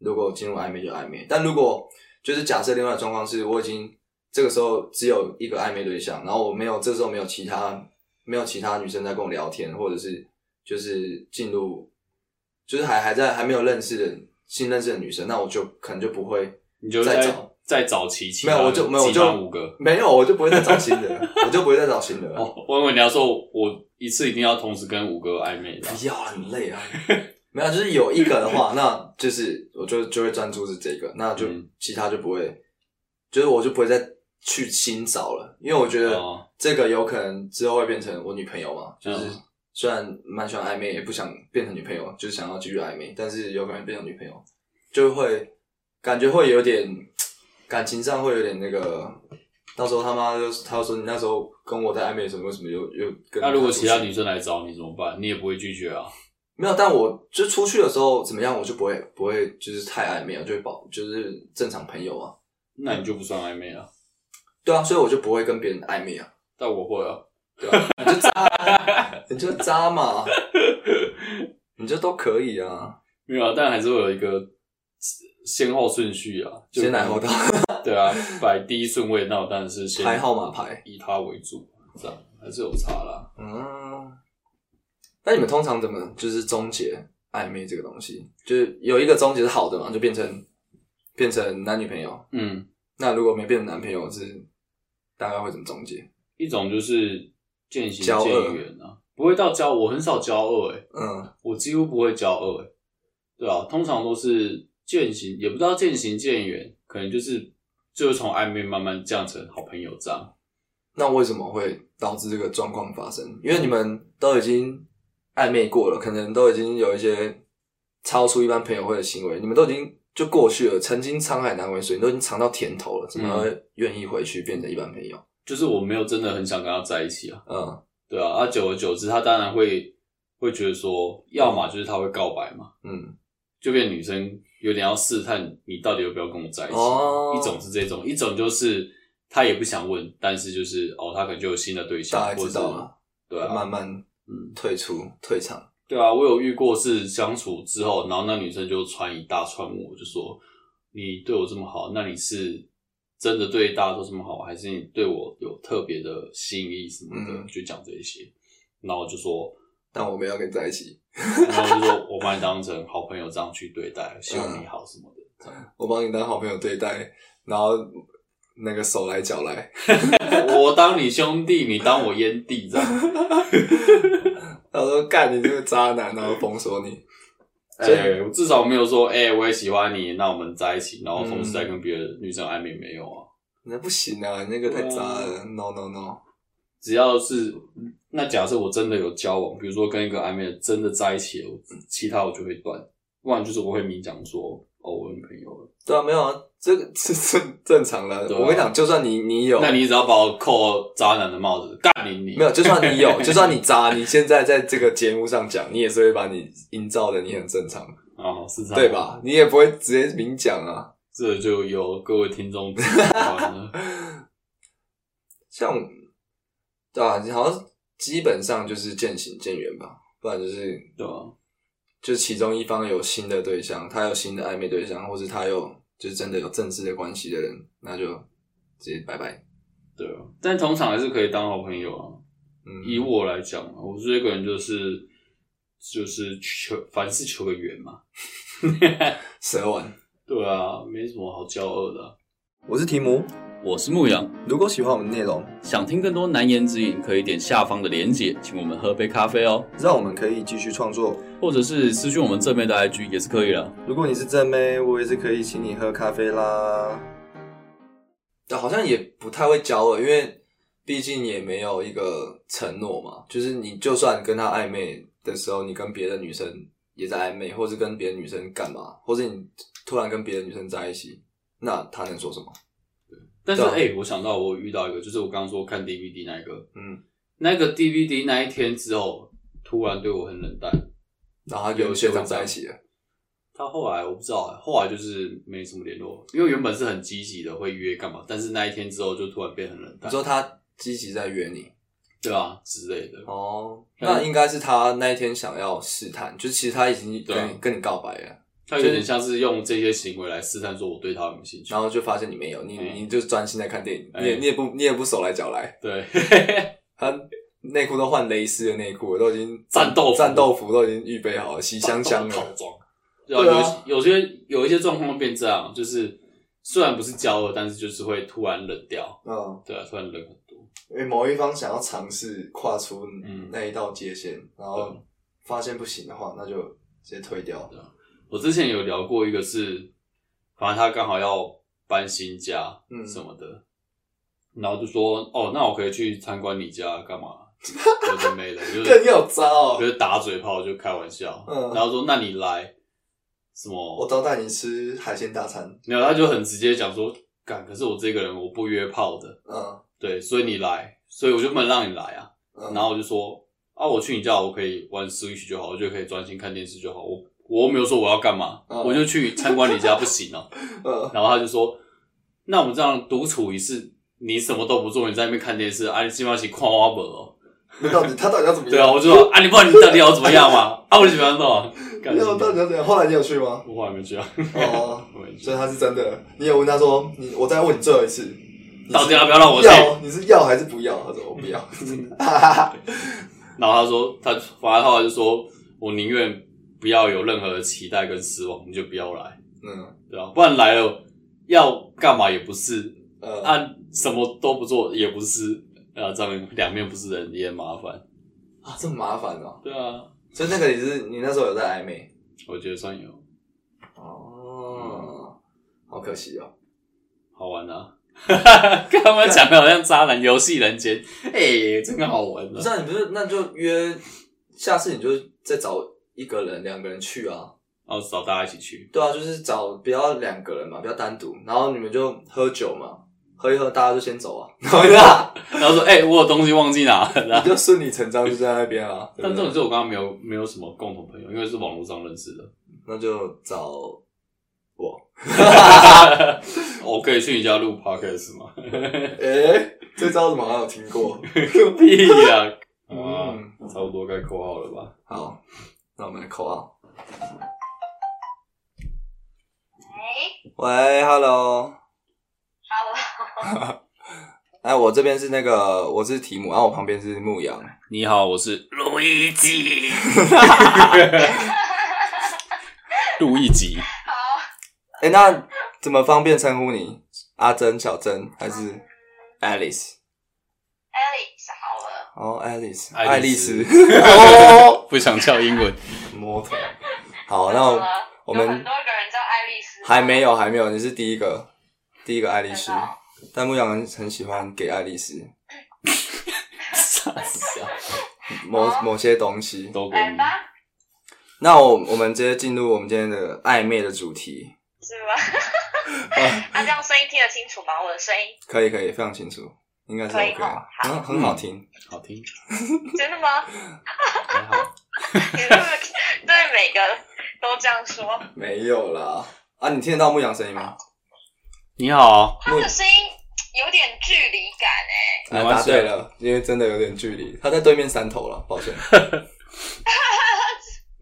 B: 如果进入暧昧就暧昧，但如果就是假设另外的状况是我已经这个时候只有一个暧昧对象，然后我没有这时候没有其他没有其他女生在跟我聊天，或者是就是进入就是还还在还没有认识的新认识的女生，那我就可能就不会
A: 你就
B: 再
A: 在
B: 找
A: 再找齐齐，
B: 没有我就没有我
A: 齐满
B: 就
A: 五个。
B: 没有我就不会再找新的了，我就不会再找新的了。
A: 哦，我以为你要说我一次一定要同时跟五个暧昧的，
B: 不要很累啊。没有，就是有一个的话，那就是我就就会专注是这个，那就、
A: 嗯
B: 其他就不会，就是我就不会再去新找了，因为我觉得
A: 哦
B: 这个有可能之后会变成我女朋友嘛，就是
A: 嗯
B: 虽然蛮喜欢暧昧，也不想变成女朋友，就是想要继续暧昧，但是有可能变成女朋友，就会感觉会有点感情上会有点那个。到时候他妈就他就说你那时候跟我在暧昧的时候，为什么又又跟
A: 那如果
B: 他出
A: 其他
B: 去
A: 女生来找你怎么办？你也不会拒绝啊。
B: 没有，但我就出去的时候怎么样，我就不会不会就是太暧昧，我啊就会保就是正常朋友啊。
A: 那你就不算暧昧啊。
B: 对啊，所以我就不会跟别人暧昧啊。
A: 但我会啊，
B: 你就渣嘛，你就都可以啊，
A: 没有啊，但还是会有一个先后顺序啊，就
B: 先来后到，
A: 对啊，摆第一顺位，那我当然是先
B: 排号码牌，
A: 以他为主，啊这样还是有差啦。
B: 嗯。那你们通常怎么就是终结暧昧这个东西？就是有一个终结是好的嘛，就变成变成男女朋友。
A: 嗯，
B: 那如果没变成男朋友，是大概会怎么终结？
A: 一种就是渐行
B: 交恶
A: 渐远啊，不会到交，我很少交恶诶、欸
B: 嗯
A: 我几乎不会交恶诶、对啊，通常都是渐行，也不知道渐行渐远，可能就是就是从暧昧慢慢降成好朋友这样。
B: 那为什么会导致这个状况发生？因为你们都已经暧昧过了，可能都已经有一些超出一般朋友会的行为，你们都已经就过去了，曾经沧海难为水，你都已经尝到甜头了，怎么会愿意回去变成一般朋友？
A: 就是我没有真的很想跟他在一起啊，
B: 嗯
A: 对啊，啊，久而久之，他当然会会觉得说，要么就是他会告白嘛，
B: 嗯，
A: 就变女生有点要试探你到底要不要跟我在一起。
B: 哦
A: 一种是这种，一种就是他也不想问，但是就是哦，他可能就有新的对象，
B: 大概
A: 或
B: 知
A: 者
B: 道了，
A: 对啊，
B: 慢慢
A: 嗯，
B: 退出退场。
A: 对啊，我有遇过是相处之后，然后那女生就传一大串我，就说你对我这么好，那你是真的对大家都这么好，还是你对我有特别的心意什么的，
B: 嗯
A: 就讲这些。然后我就说，
B: 但我没有跟你在一起，
A: 然后我就说我把你当成好朋友这样去对待，希望你好什么的。
B: 我帮你当好朋友对待，然后那个手来脚来，
A: 我当你兄弟，你当我烟蒂这样。
B: 他说干你这个渣男，然后封锁你。
A: 哎、我至少没有说，哎、我也喜欢你，那我们在一起，然后同时在跟别的女生暧昧，没有啊。
B: 那不行啊，你那个太渣了，no no no。
A: 只要是那假设我真的有交往，比如说跟一个暧昧的真的在一起了，我其他我就会断，不然就是我会明讲说哦，我有女朋友了。
B: 对啊，没有啊，这个 是正正常的。
A: 对啊
B: 我跟你讲，就算你你有，
A: 那你只要把我扣渣男的帽子，干你你
B: 没有，就算 你有，就算你渣，你现在在这个节目上讲，你也是会把你营造的你很正常，
A: 啊、是这样
B: 对？吧？你也不会直接明讲啊。
A: 这就由各位听众自己判断 了
B: 像，对啊，你好像基本上就是渐行渐远吧，不然就是
A: 对啊吧？
B: 就其中一方有新的对象，他有新的暧昧对象，或是他有就是真的有正式的关系的人，那就直接拜拜。
A: 对啊，但通常还是可以当好朋友啊。
B: 嗯，
A: 以我来讲啊，我这个人就是就是求凡事求个缘嘛，
B: 蛇丸，
A: 对啊，没什么好骄傲的啊、
B: 我是提姆，
A: 我是牧羊，
E: 如果喜欢我们的内容，
A: 想听更多难言之隐，可以点下方的连结，请我们喝杯咖啡哦，
E: 让我们可以继续创作。
A: 或者是私讯我们正面的 IG 也是可以了。
E: 如果你是正妹，我也是可以请你喝咖啡啦。
B: 但好像也不太会交了，因为毕竟也没有一个承诺嘛。就是你就算跟他暧昧的时候，你跟别的女生也在暧昧，或是跟别的女生干嘛，或是你突然跟别的女生在一起，那他能说什么？
A: 但是
B: 对啊
A: 哎、我想到我遇到一个，就是我刚刚说看 DVD 那一个，
B: 嗯，
A: 那个 DVD 那一天之后，突然对我很冷淡。
B: 然后他跟学长在一起了，
A: 他后来我不知道、欸，后来就是没什么联络，因为原本是很积极的会约干嘛，但是那一天之后就突然变很冷
B: 你
A: 淡，
B: 说他积极在约你
A: 对啊之类的。
B: 哦，那应该是他那一天想要试探，就其实他已经
A: 对
B: 跟
A: 啊
B: 你、跟你告白了，
A: 他有点像是用这些行为来试探说我对他有没有兴趣
B: 然。后就发现你没有，你、
A: 哎
B: 你就专心在看电影，
A: 哎
B: 你也你也不你也不手来脚来，
A: 对，
B: 他内裤都换蕾丝的内裤了，都已经
A: 战斗服
B: 战斗服都已经预备好了，洗香香
A: 套
B: 了。
A: 装。对啊，
B: 对
A: 有
B: 啊
A: 一有些有一些状况会变这样，就是虽然不是交恶，但是就是会突然冷掉。
B: 嗯，
A: 对啊，突然冷很多。
B: 因为某一方想要尝试跨出
A: 嗯
B: 那一道界限，然后
A: 对
B: 发现不行的话，那就直接推掉。
A: 啊我之前有聊过一个是，反正他刚好要搬新家，
B: 嗯
A: 什么的，然后就说哦，那我可以去参观你家干嘛？ 我就没了， 就
B: 更
A: 是
B: 有招
A: 就
B: 哦！
A: 是打嘴炮，就开玩笑，
B: 嗯
A: 然后说那你来什么
B: 我？招待你吃海鲜大餐。
A: 没有，他就很直接讲说，干，可是我这个人我不约炮的，
B: 嗯
A: 对，所以你来，所以我就不能让你来啊。
B: 嗯，
A: 然后我就说啊，我去你家，我可以玩 Switch 就好，我就可以专心看电视就好。我我又没有说我要干嘛，
B: 嗯
A: 我就去参观你家不行哦、
B: 嗯，
A: 然后他就说，那我们这样独处一室，你什么都不做，你在那边看电视，啊，你基本上是看花博哦。
B: 那到底他到底要怎么样？
A: 对啊，我就说啊，你不知道你到底要怎么样嘛？啊，我就喜欢 弄，感
B: 那到底
A: 觉
B: 要怎样？后来你有去吗？
A: 我后来没去啊，
B: 哦，
A: 我没去
B: 所以他是真的。你有问他说，你我再问你最后一次，你
A: 到底
B: 是
A: 要不要让我去？
B: 要你是要还是不要？他说我不要。
A: 然后他说，他反正后来就说，我宁愿不要有任何的期待跟失望，你就不要来。
B: 嗯
A: 对啊，不然来了要干嘛也不是，
B: 呃，
A: 啊，什么都不做也不是，啊，这样两面不是人也很麻烦。
B: 啊，这么麻烦哦、
A: 对啊，
B: 所以那个也是你那时候有在暧昧
A: 我觉得算有
B: 嗯哦，好可惜哦、
A: 好玩 啊。跟他们讲的好像渣男游戏人间，哎、真的好玩
B: 不
A: 啊
B: 是、！啊、你不是那就约，下次你就再找一个人、两个人去啊。
A: 然后哦找大家一起去，
B: 对啊，就是找不要两个人嘛，不要单独，然后你们就喝酒嘛，喝一喝，大家就先走 啊，然后你
A: 然后说，哎、我有东西忘记拿了。
B: 就顺理成章就在那边啊。对
A: 但
B: 不
A: 这
B: 对
A: 种是我刚刚没有没有什么共同朋友，因为是网络上认识 的。
B: 那就找
A: 我哦可以去你家录 podcast 吗？
B: 诶、哎这招怎么好像有听过？
A: 屁呀、啊！
B: 嗯，
A: 差不多该扣号了吧？
B: 好，那我们来扣啊。
F: 喂，
B: 喂，Hello。
F: 哎好，啊我
B: 哎，我这边是那个，我是提姆，然后我旁边是牧羊。
A: 你好，我是路易吉，路易吉，
B: 哎、那怎么方便称呼你？阿珍、小珍还是 Alice？
F: Alex 好了，
B: 哦、a l i c e
A: 爱
B: 爱
A: 丽
B: 丽
A: 丝
B: 丝。哦，
A: 不想叫英文。
B: 摸头。好，那
F: 好
B: 我
F: 了，
B: 我
F: 有很
B: 们
F: 多个人叫爱丽丝，
B: 还没有，还没有，你是第一个，第一个爱丽丝
F: 真的哦。
B: 但牧羊人很喜欢给爱丽丝
A: 傻笑，
B: 某
F: 哦
B: 某些东西。
A: 都给
F: 来
A: 你。
F: 吧，
B: 那我我们直接进入我们今天的暧昧的主题。
F: 是 吧？啊，这样声音听得清楚吗？我的声音
B: 可以，可以，非常清楚，应该是
F: 可以
B: OK，
F: 哦好
B: 很很好听。
A: 好听，
F: 真的吗？
A: 还好。
F: 你是不是对每个都这样说？
B: 没有啦，啊，你听得到牧羊声音吗？
A: 你好，
F: 他的声音有点距离感哎、
B: 哎，
A: 没关
B: 答
A: 系啊
B: 对了，因为真的有点距离，他在对面山头了，抱歉。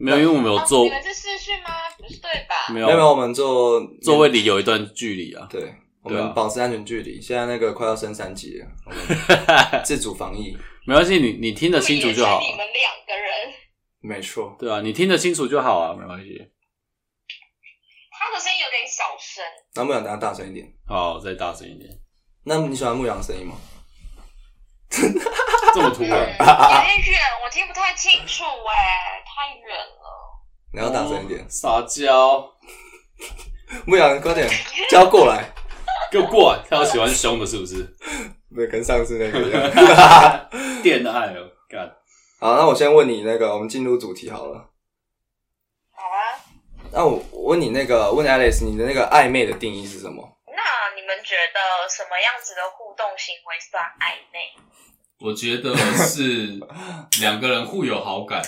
A: 没有，因为我们有
F: 哦，
A: 座
F: 你，们是视讯吗？不是对吧？
A: 没
B: 没有，没有
A: 有
B: 我们坐
A: 座位离有一段距离啊。
B: 对，我
A: 对啊
B: 们保持安全距离。现在那个快要升三级了，我们自主 防疫，
A: 没关系，你你听得清楚就好
F: 不也是你们两个人，
B: 没错。
A: 对啊，你听得清楚就好啊，没关系。
F: 他的声音有点小声，
B: 那牧羊，等下大声一点。
A: 好，再大声一点。
B: 那你喜欢牧羊的声音吗？
A: 这么突
F: 嗯，有
A: 然，
F: 点远，我听不太清楚哎、太远了。
B: 你要大声一点
A: 哦，撒娇，
B: 牧羊 快点叫他过来，
A: 给我过来！他有喜欢凶的，是不是？
B: 对，跟上次那个一样。
A: 恋爱哦，干，
B: 好，那我先问你那个，我们进入主题好了。
F: 好啊，
B: 那我我问你那个，问 Alex，你的那个暧昧的定义是什么？
F: 那你们觉得什么样子的互动行为算暧昧？
G: 我觉得是两个人互有好感，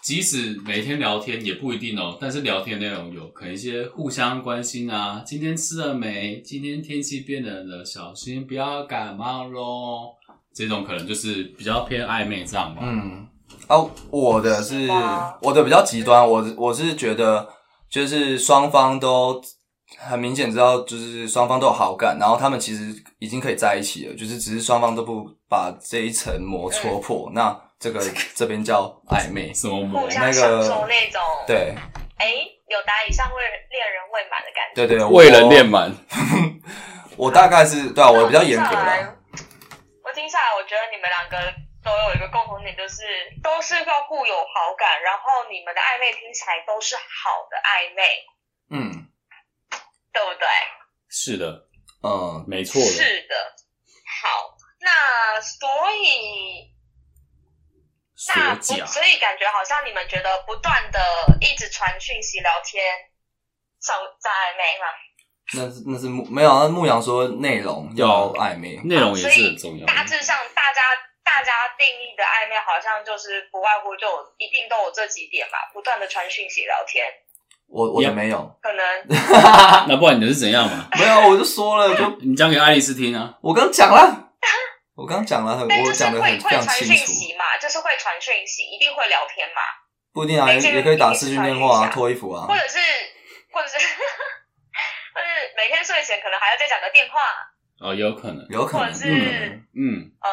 G: 即使每天聊天也不一定哦，但是聊天内容有可能一些互相关心啊，今天吃了没？今天天气变冷了，小心不要感冒喽。这种可能就是比较偏暧昧这样吧。
B: 嗯，啊，我的是
F: 哇
B: 我的比较极端，我我是觉得就是双方都很明显知道，就是双方都有好感，然后他们其实已经可以在一起了，就是只是双方都不把这一层膜戳破，那这个这边叫暧昧。
G: 什么魔
F: 互？相享受那种，
B: 嗯对
F: 哎、有达以上为恋人未满的感
B: 对
F: 觉。
B: 对，我
A: 为了恋满，
B: 我大概是对啊，我比较严格
F: 那我听下
B: 啦。
F: 来。我听下来，我觉得你们两个都有一个共同点，就是都是要互有好感，然后你们的暧昧听起来都是好的暧昧，
B: 嗯
F: 对不对？
A: 是的，
B: 嗯，
A: 没错的，
F: 是的。好，那所以那
A: 锁
B: 啊
F: 不，
A: 甲，
F: 啊所以感觉好像你们觉得不断的一直传讯息聊天，算在暧昧吗？
B: 那是那是牧没有，啊那牧羊说内容要
A: 嗯
B: 暧昧。
A: 内容也是很
B: 嗯
A: 重要的。
F: 大致上，大家大家定义的暧昧好像就是不外乎就有一定都有这几点吧，不断的传讯息聊天，
B: 我我的
G: Yeah
B: 没有，
F: 可能
G: 啊那不然你的是怎样嘛？
B: 没有，我就说了， 就
G: 你讲给爱丽丝听啊。
B: 我刚讲了，我刚讲了，很
F: 但
B: 我
F: 就是
B: 讲的
F: 会
B: 很
F: 会
B: 非常
F: 传
B: 清
F: 讯
B: 楚。
F: 息嘛，就是会传讯息，一定会聊天嘛，
B: 不一定啊，也
F: 每个人
B: 也可以打
F: 一定
B: 视讯
F: 传
B: 电话
F: 一
B: 啊，
F: 下
B: 脱衣服啊
F: 或。者是或者是或者是每天睡前可能还要再讲个电话，
G: 哦，有可能。
B: 有可
F: 或
B: 能，
F: 者是
B: 有可能。
G: 嗯，
F: 呃，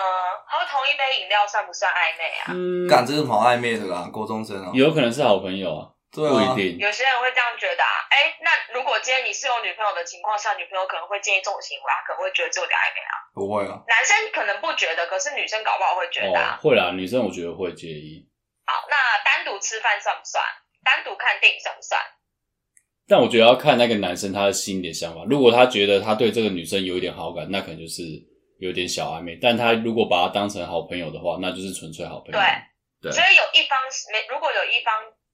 F: 喝同一杯饮料算不算暧昧啊？
G: 嗯
B: 干，这是好暧昧的啦，高中生啊，
G: 有可能是好朋友啊，
B: 对
G: 不
B: 啊
G: 一，定。
F: 有些人会这样觉得啊，哎，那如果今天你是有女朋友的情况下，女朋友可能会建议这种行为啊，可能会觉得这有点暧昧啊。
B: 不会啊，
F: 男生可能不觉得，可是女生搞不好会觉得、
G: 哦
F: 啊。，
G: 会啦，女生我觉得会介意，
F: 好，那单独吃饭算不算？单独看电影算不算？
G: 但我觉得要看那个男生他的心里的想法。如果他觉得他对这个女生有一点好感，那可能就是有点小暧昧；但他如果把她当成好朋友的话，那就是纯粹好朋友。
F: 对
G: 对
F: 所以有一方是没，如果有一方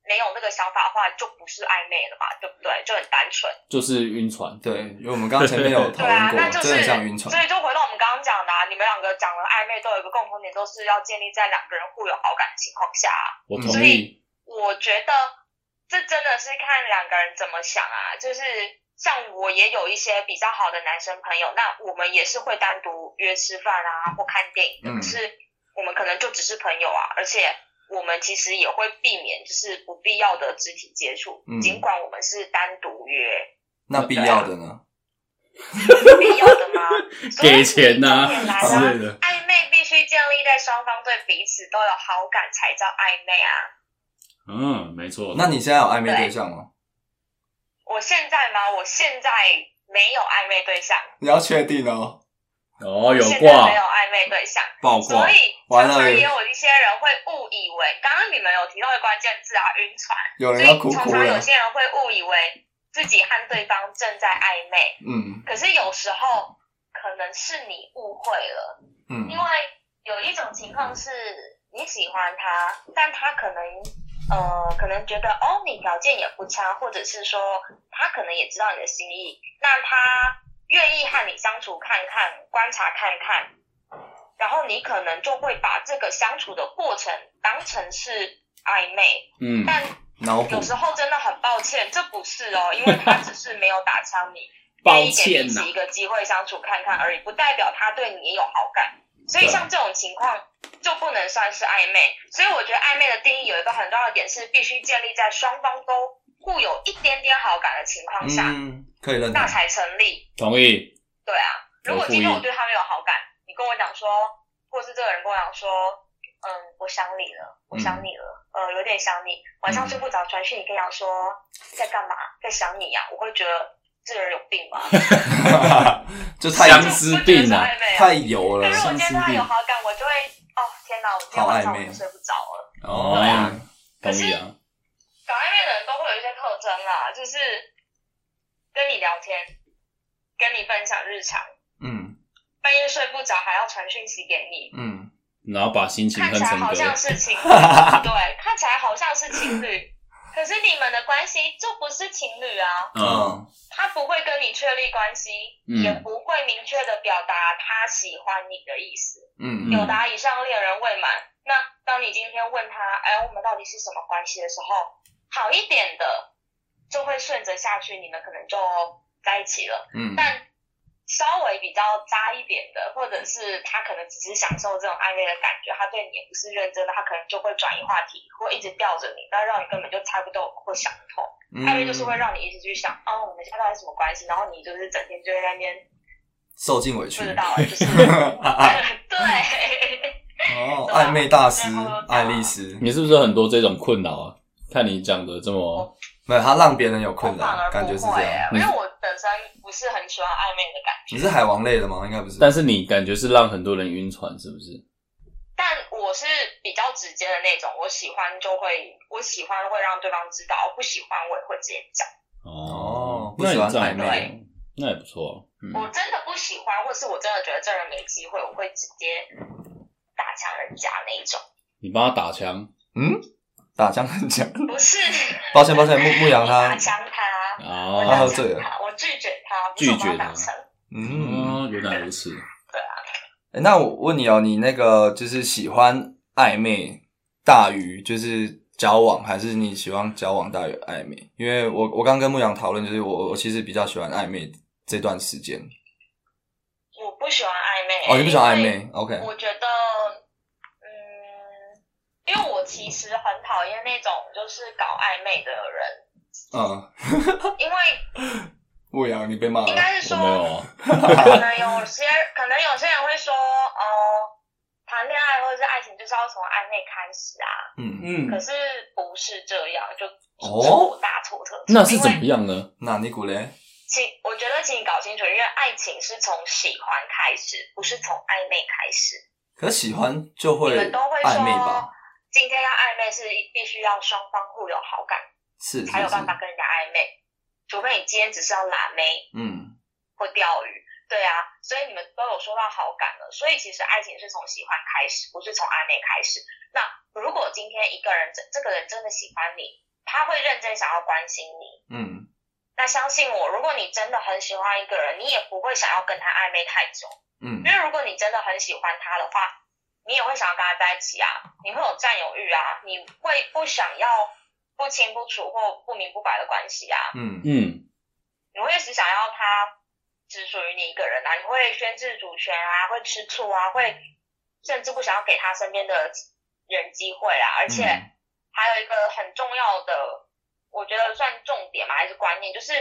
F: 没有那个想法的话，就不是暧昧了嘛，对不对？就很单纯。
G: 就是晕船。
B: 对，因为我们刚刚前面有讨
F: 对
B: 论
F: 啊，
B: 过
F: 那，就
B: 真的很
F: 是
B: 像晕船
F: 所。以就回到我们刚刚讲的、啊，你们两个讲的暧昧都有一个共同点，都是要建立在两个人互有好感的情况下、啊。
G: 我
F: 所
G: 同
F: 以
G: 意，
F: 我觉得这真的是看两个人怎么想啊。就是像我也有一些比较好的男生朋友，那我们也是会单独约吃饭啊，或看电影的。
B: 嗯
F: 可是我们可能就只是朋友啊，而且我们其实也会避免就是不必要的肢体接触，
B: 嗯
F: 尽管我们是单独约，
B: 那
F: 啊
B: 必要的呢？
F: 不必要的吗？
G: 给钱呐、
F: 所以重点来
G: 之
F: 啦
G: 类的。
F: 暧昧必须建立在双方对彼此都有好感才叫暧昧啊。
G: 嗯，没错。
B: 那你现在有暧昧对象吗？
F: 我现在吗？我现在没有暧昧对象，
B: 你要确定哦。
G: 哦，有
F: 现在没有
G: 挂
F: 暧昧对象，
G: 爆挂
F: 所，以
B: 完
F: 常
B: 了
F: 常也有一些人会误以为，刚刚你们有提到的关键字啊，晕船，
B: 有
F: 所
B: 人要哭
F: 以常
B: 哭
F: 常
B: 了
F: 有，些人会误以为自己和对方正在暧昧，
B: 嗯
F: 可是有时候可能是你误会了，
B: 嗯
F: 因为有一种情况是你喜欢他，但他可能。呃，可能觉得哦，你条件也不差，或者是说他可能也知道你的心意，那他愿意和你相处看看，观察看看，然后你可能就会把这个相处的过程当成是暧昧，
G: 嗯，
F: 但
B: 脑补
F: 有，时候真的很抱歉，这不是哦，因为他只是没有打枪 你，
G: 抱
F: 愿意给
G: 歉
F: 彼
G: 呐、
F: 此一个机会相处看看而已，不代表他对你也有好感。所以
G: 对
F: 像这种情况就不能算是暧昧。所以我觉得暧昧的定义有一个很重要的点是，必须建立在双方都互有一点点好感的情况下，
B: 嗯，可以认同
F: 那。才成立。
G: 同意。
F: 对啊，如
G: 我
F: 果
G: 同
F: 今天
G: 意
F: 我对他没有好感，你跟我讲说，或是这个人跟我讲说，嗯，我想你了，我想你了，
G: 嗯
F: 呃，有啊点想你，晚上睡不着，传讯你跟我讲说在干嘛，在想你呀、我会觉得这个人有病 吧？
B: 就太
G: 相思病啊，
B: 太油了
F: 但。是我
G: 相
F: 觉
G: 思
F: 得他
G: 病
F: 有好感，我就会哦天哪，我今天晚上我就睡不着了。
G: 哦
F: 对啊，
G: 东
F: 可是
G: 阳，
F: 搞暧昧的人都会有一些特征啦，就是跟你聊天，跟你分享日常，
B: 嗯
F: 半夜睡不着还要传讯息给你，
B: 嗯，
G: 然后把心情
F: 看
G: 哼
F: 起来
G: 成
F: 好
G: 歌，
F: 像是情侣，对，看起来好像是情侣，可是你们的关系就不是情侣啊。
G: 嗯，
F: 他不会跟你确立关系，
G: 嗯
F: 也不会明确的表达他喜欢你的意思。
B: 嗯
F: 有达以上恋人未满，那当你今天问他，哎，我们到底是什么关系的时候，好一点的就会顺着下去，你们可能就在一起了。
B: 嗯
F: 但稍微比较渣一点的，或者是他可能只是享受这种暧昧的感觉，他对你也不是认真的，他可能就会转移话题，或一直吊着你，那让你根本就猜不透或想不透。
B: 嗯
F: 暧昧就是会让你一直去想，啊，我们现在到底什么关系？然后你就是整天就在那边
B: 受尽委
F: 不
B: 屈。
F: 知 道，就是对。
B: 哦，暧昧大师爱丽丝，
G: 你是不是有很多这种困扰啊？看你讲的这
F: 哦
G: 么，
B: 没有他让别人有 困
F: 我反
B: 扰，
F: 而
B: 感觉
F: 不
B: 是
F: 会
B: 这
F: 耶
B: 样。，
F: 因为我本身不是很喜欢暧昧的感觉，
B: 你是海王类的吗？应该不是。
G: 但是你感觉是让很多人晕船，是不是？
F: 但我是比较直接的那种，我喜欢就会，我喜欢会让对方知道，我不喜欢我也会直接讲，
B: 哦不
G: 那
B: 喜欢
G: 你这样
B: 暧
F: 昧，
G: 那也不错啊。
F: 我
G: 嗯，
F: 真的不喜欢，或是我真的觉得这人没机会，我会直接打枪人家那一种，
G: 你帮他打枪
B: 打枪很强，
F: 不是
B: 抱歉抱歉，牧牧羊
F: 打
B: 他，
F: 枪他，我
B: 他
F: 打
B: 喝
G: 哦，
B: 醉
F: 枪
B: 了
F: 他，我拒绝他，不
G: 拒
F: 是
G: 绝
F: 我把
G: 他
F: 打成，
B: 嗯，
G: 哦，原来如此。
B: 诶那我问你哦，你那个就是喜欢暧昧大于就是交往，还是你喜欢交往大于暧昧？因为我我刚跟牧羊讨论，就是我我其实比较喜欢暧昧这段时间。
F: 我不喜欢暧昧，
B: 哦，你不喜欢暧
F: 因为
B: 昧？OK，
F: 我觉得，嗯，因为我其实很讨厌那种就是搞暧昧的人，
B: 嗯，
F: 因为
B: 牧羊你被骂了，
F: 应该是
G: 我没有
B: 哦
F: 说，
G: 啊，
F: 可能有些可能有些人会说，哦、谈恋爱或者是爱情就是要从暧昧开始啊，
B: 嗯，
F: 可
G: 嗯，
F: 是不是这样，就
B: 哦
F: 错大错特错。
G: 那是怎
F: 因
G: 么
F: 为
G: 样呢？
B: 那你古嘞？
F: 请我觉得请你搞清楚，因为爱情是从喜欢开始，不是从暧昧开始。
B: 可喜欢就会
F: 你们都会说
B: 暧昧吧？
F: 今天要暧昧是必须要双方互有好感
B: 是是
F: 才有
B: 是
F: 办，法跟人家暧昧，除非你今天只是要拉妹
B: 嗯
F: 或钓鱼，对啊，所以你们都有说到好感了，所以其实爱情是从喜欢开始，不是从暧昧开始。那如果今天一个人这这个人真的喜欢你，他会认真想要关心你。
B: 嗯
F: 那相信我，如果你真的很喜欢一个人，你也不会想要跟他暧昧太久，
B: 嗯
F: 因为如果你真的很喜欢他的话，你也会想要跟他在一起啊，你会有占有欲啊，你会不想要不清不楚或不明不白的关系啊，
B: 嗯
G: 嗯，
F: 你会只想要他只属于你一个人啊，你会宣誓主权啊，会吃醋啊，会甚至不想要给他身边的人机会啊，而且
B: 嗯
F: 还有一个很重要的，我觉得算重点嘛，还是观念，就是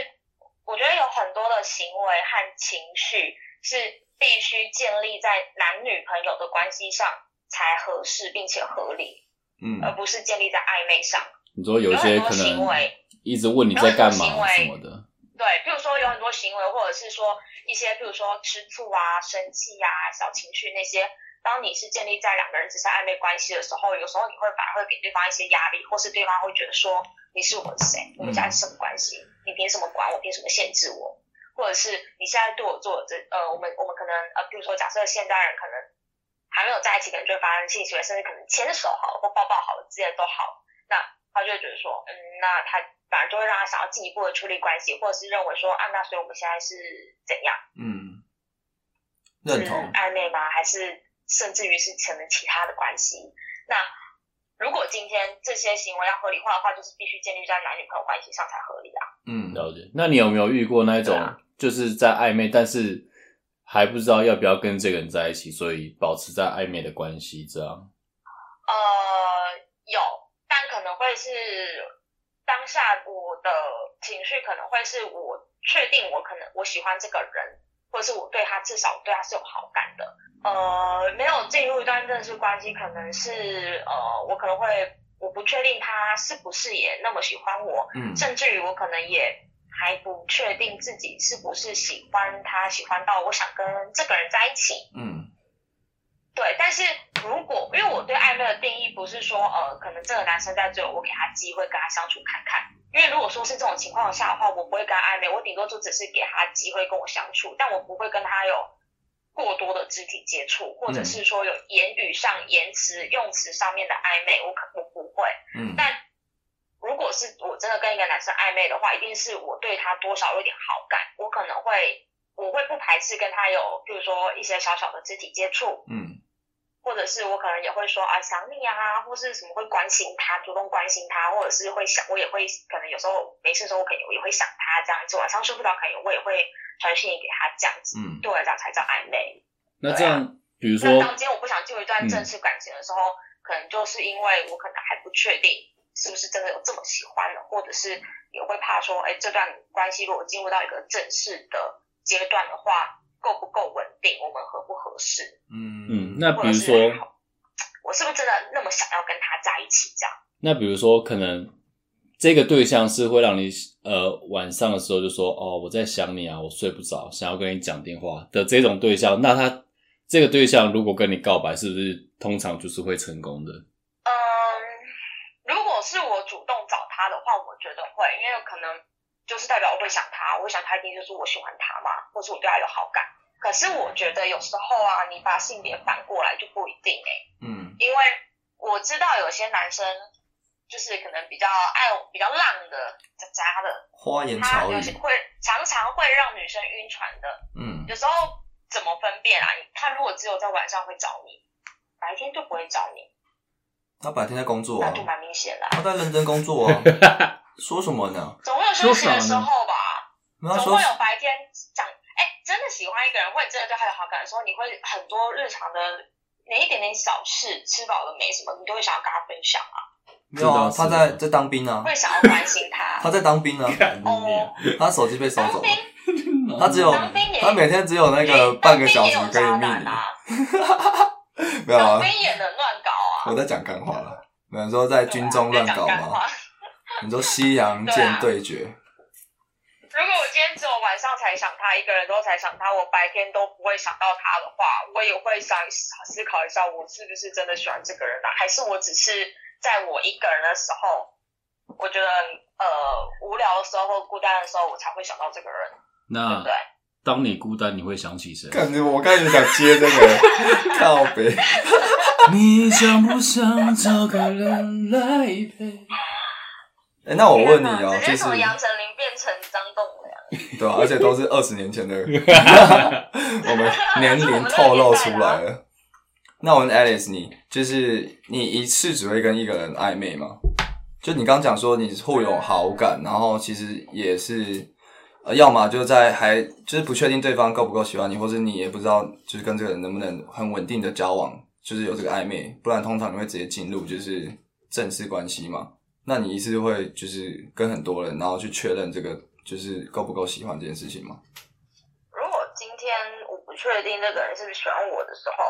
F: 我觉得有很多的行为和情绪是必须建立在男女朋友的关系上才合适并且合理，
B: 嗯
F: 而不是建立在暧昧上。
G: 你说有一
F: 有很
G: 些
F: 多
G: 可
F: 行
G: 能
F: 为
G: 一直问你在干
F: 有很
G: 嘛
F: 多行为
G: 什么的，
F: 对，譬如说有很多行为，或者是说一些，譬如说吃醋啊、生气啊、小情绪那些，当你是建立在两个人只是暧昧关系的时候，有时候你会反而会给对方一些压力，或是对方会觉得说你是我的谁，我们家是什么关系，你凭什么管我，凭什么限制我，或者是你现在对我做的这呃，我们我们可能呃，譬如说假设现代人可能还没有在一起，可能就会发生性行为，甚至可能牵手好了或抱抱好了之类的都好了他就会觉得说，嗯，那他反而就会让他想要进一步的处理关系，或者是认为说，啊，那所以我们现在是怎样？
B: 嗯，
F: 是
B: 认同，
F: 暧昧吗？还是甚至于是可能其他的关系？那如果今天这些行为要合理化的话，就是必须建立在男女朋友关系上才合理啊。
B: 嗯
G: 了解。那你有没有遇过那一种
F: 对啊
G: 就是在暧昧，但是还不知道要不要跟这个人在一起，所以保持在暧昧的关系这样？
F: 呃，有，但可能会是当下我的情绪可能会是我确定我可能我喜欢这个人，或者是我对他至少我对他是有好感的。呃，没有进入一段正式关系，可能是呃，我可能会我不确定他是不是也那么喜欢我，
B: 嗯
F: 甚至于我可能也还不确定自己是不是喜欢他，喜欢到我想跟这个人在一起。
B: 嗯
F: 对，但是如果因为我对暧昧的定义不是说呃，可能这个男生在追我，我给他机会跟他相处看看。因为如果说是这种情况下的话，我不会跟他暧昧，我顶多就只是给他机会跟我相处，但我不会跟他有过多的肢体接触，或者是说有言语上、言辞、用词上面的暧昧，我可我不会。
B: 嗯
F: 但如果是我真的跟一个男生暧昧的话，一定是我对他多少有点好感，我可能会我会不排斥跟他有，比如说一些小小的肢体接触，
B: 嗯
F: 或者是我可能也会说啊想你啊，或是什么会关心他，主动关心他，或者是会想我也会可能有时候没事的时候，我可能也会想他这样子，晚上睡不着，可能我也会传讯息给他这样子，
B: 嗯
F: 对我来讲才叫暧昧。
A: 那这样，比如
F: 啊那
A: 说，嗯
F: 当今天我不想进入一段正式感情的时候，可能就是因为我可能还不确定是不是真的有这么喜欢了，或者是也会怕说，哎，这段关系如果进入到一个正式的阶段的话，够不够稳定，我们合不合适？
B: 嗯
A: 嗯，那
F: 或
A: 比
F: 者
A: 如
F: 是
A: 说，
F: 我是不是真的那么想要跟他在一起这样？
A: 那比如说，可能这个对象是会让你呃晚上的时候就说哦我在想你啊，我睡不着，想要跟你讲电话的这种对象，那他这个对象如果跟你告白，是不是通常就是会成功的？
F: 嗯，如果是我主动找他的话，我觉得会，因为可能就是代表我会想他，我想他一定就是我喜欢他嘛，或是我对他有好感。可是我觉得有时候啊，你把性别反过来就不一定哎、
B: 嗯
F: 因为我知道有些男生就是可能比较爱比较浪的、渣渣的，
B: 花言
F: 他
B: 巧
F: 有
B: 语
F: 些，会常常会让女生晕船的。
B: 嗯
F: 有时候怎么分辨啊？他如果只有在晚上会找你，白天就不会找你，
B: 他白天在工作
F: 那
B: 啊
F: 就，蛮明显的啊、
B: 他在认真工 作啊，说什么呢？
F: 总会有休息的时候吧，
B: 没有啊
F: 总
B: 他说
F: 会有白天讲。哎、真的喜欢一个人，或者真的对他有好感的时候，你会很多日常的那一点点小事，吃饱了没什么，你都会想要跟他分 享啊，
B: 没有
A: 这
B: 啊，
A: 倒是
B: 他在在当兵啊，
F: 会想要关心他
B: 他。在当兵啊，
F: 哦，
B: 他手机被收
F: 当
B: 走
F: 兵
B: 了，他只有
F: 当兵也
B: 他每天只有那个半个小时可以
F: 当兵
B: 命
F: 也有渣男
B: 你，
F: 啊，
B: 没有
F: 当
B: 啊，
F: 兵也能乱搞啊。
B: 我在讲干话了。有人说在军中
F: 对
B: 乱
F: 啊
B: 搞
F: 在讲干
B: 吗
F: 话？
B: 你说西洋舰对决，
F: 如果我今天只有晚上才想他，一个人都才想他，我白天都不会想到他的话，我也会想思考一下，我是不是真的喜欢这个人啊？还是我只是在我一个人的时候，我觉得呃无聊的时候、孤单的时候，我才会想到这个人，对
A: 那
F: 不对？
B: 啊
A: 当你孤单，你会想起谁？
B: 感觉我刚才就想接这个靠北，
A: 你想不想找个人来陪？
B: 哎、那我问你
F: 天哪
B: 哦、
F: 直
B: 就
F: 接
B: 是
F: 从杨丞琳变成张栋梁，
B: 对啊，而且都是二十年前的，我们年龄透露出来了。那我问 Alice，你就是你一次只会跟一个人暧昧吗？就你刚讲说你互有好感，然后其实也是，呃，要么就在还就是不确定对方够不够喜欢你，或是你也不知道就是跟这个人能不能很稳定的交往，就是有这个暧昧，不然通常你会直接进入就是正式关系嘛。那你一次会就是跟很多人，然后去确认这个就是够不够喜欢这件事情吗？
F: 如果今天我不确定这个人是不是喜欢我的时候，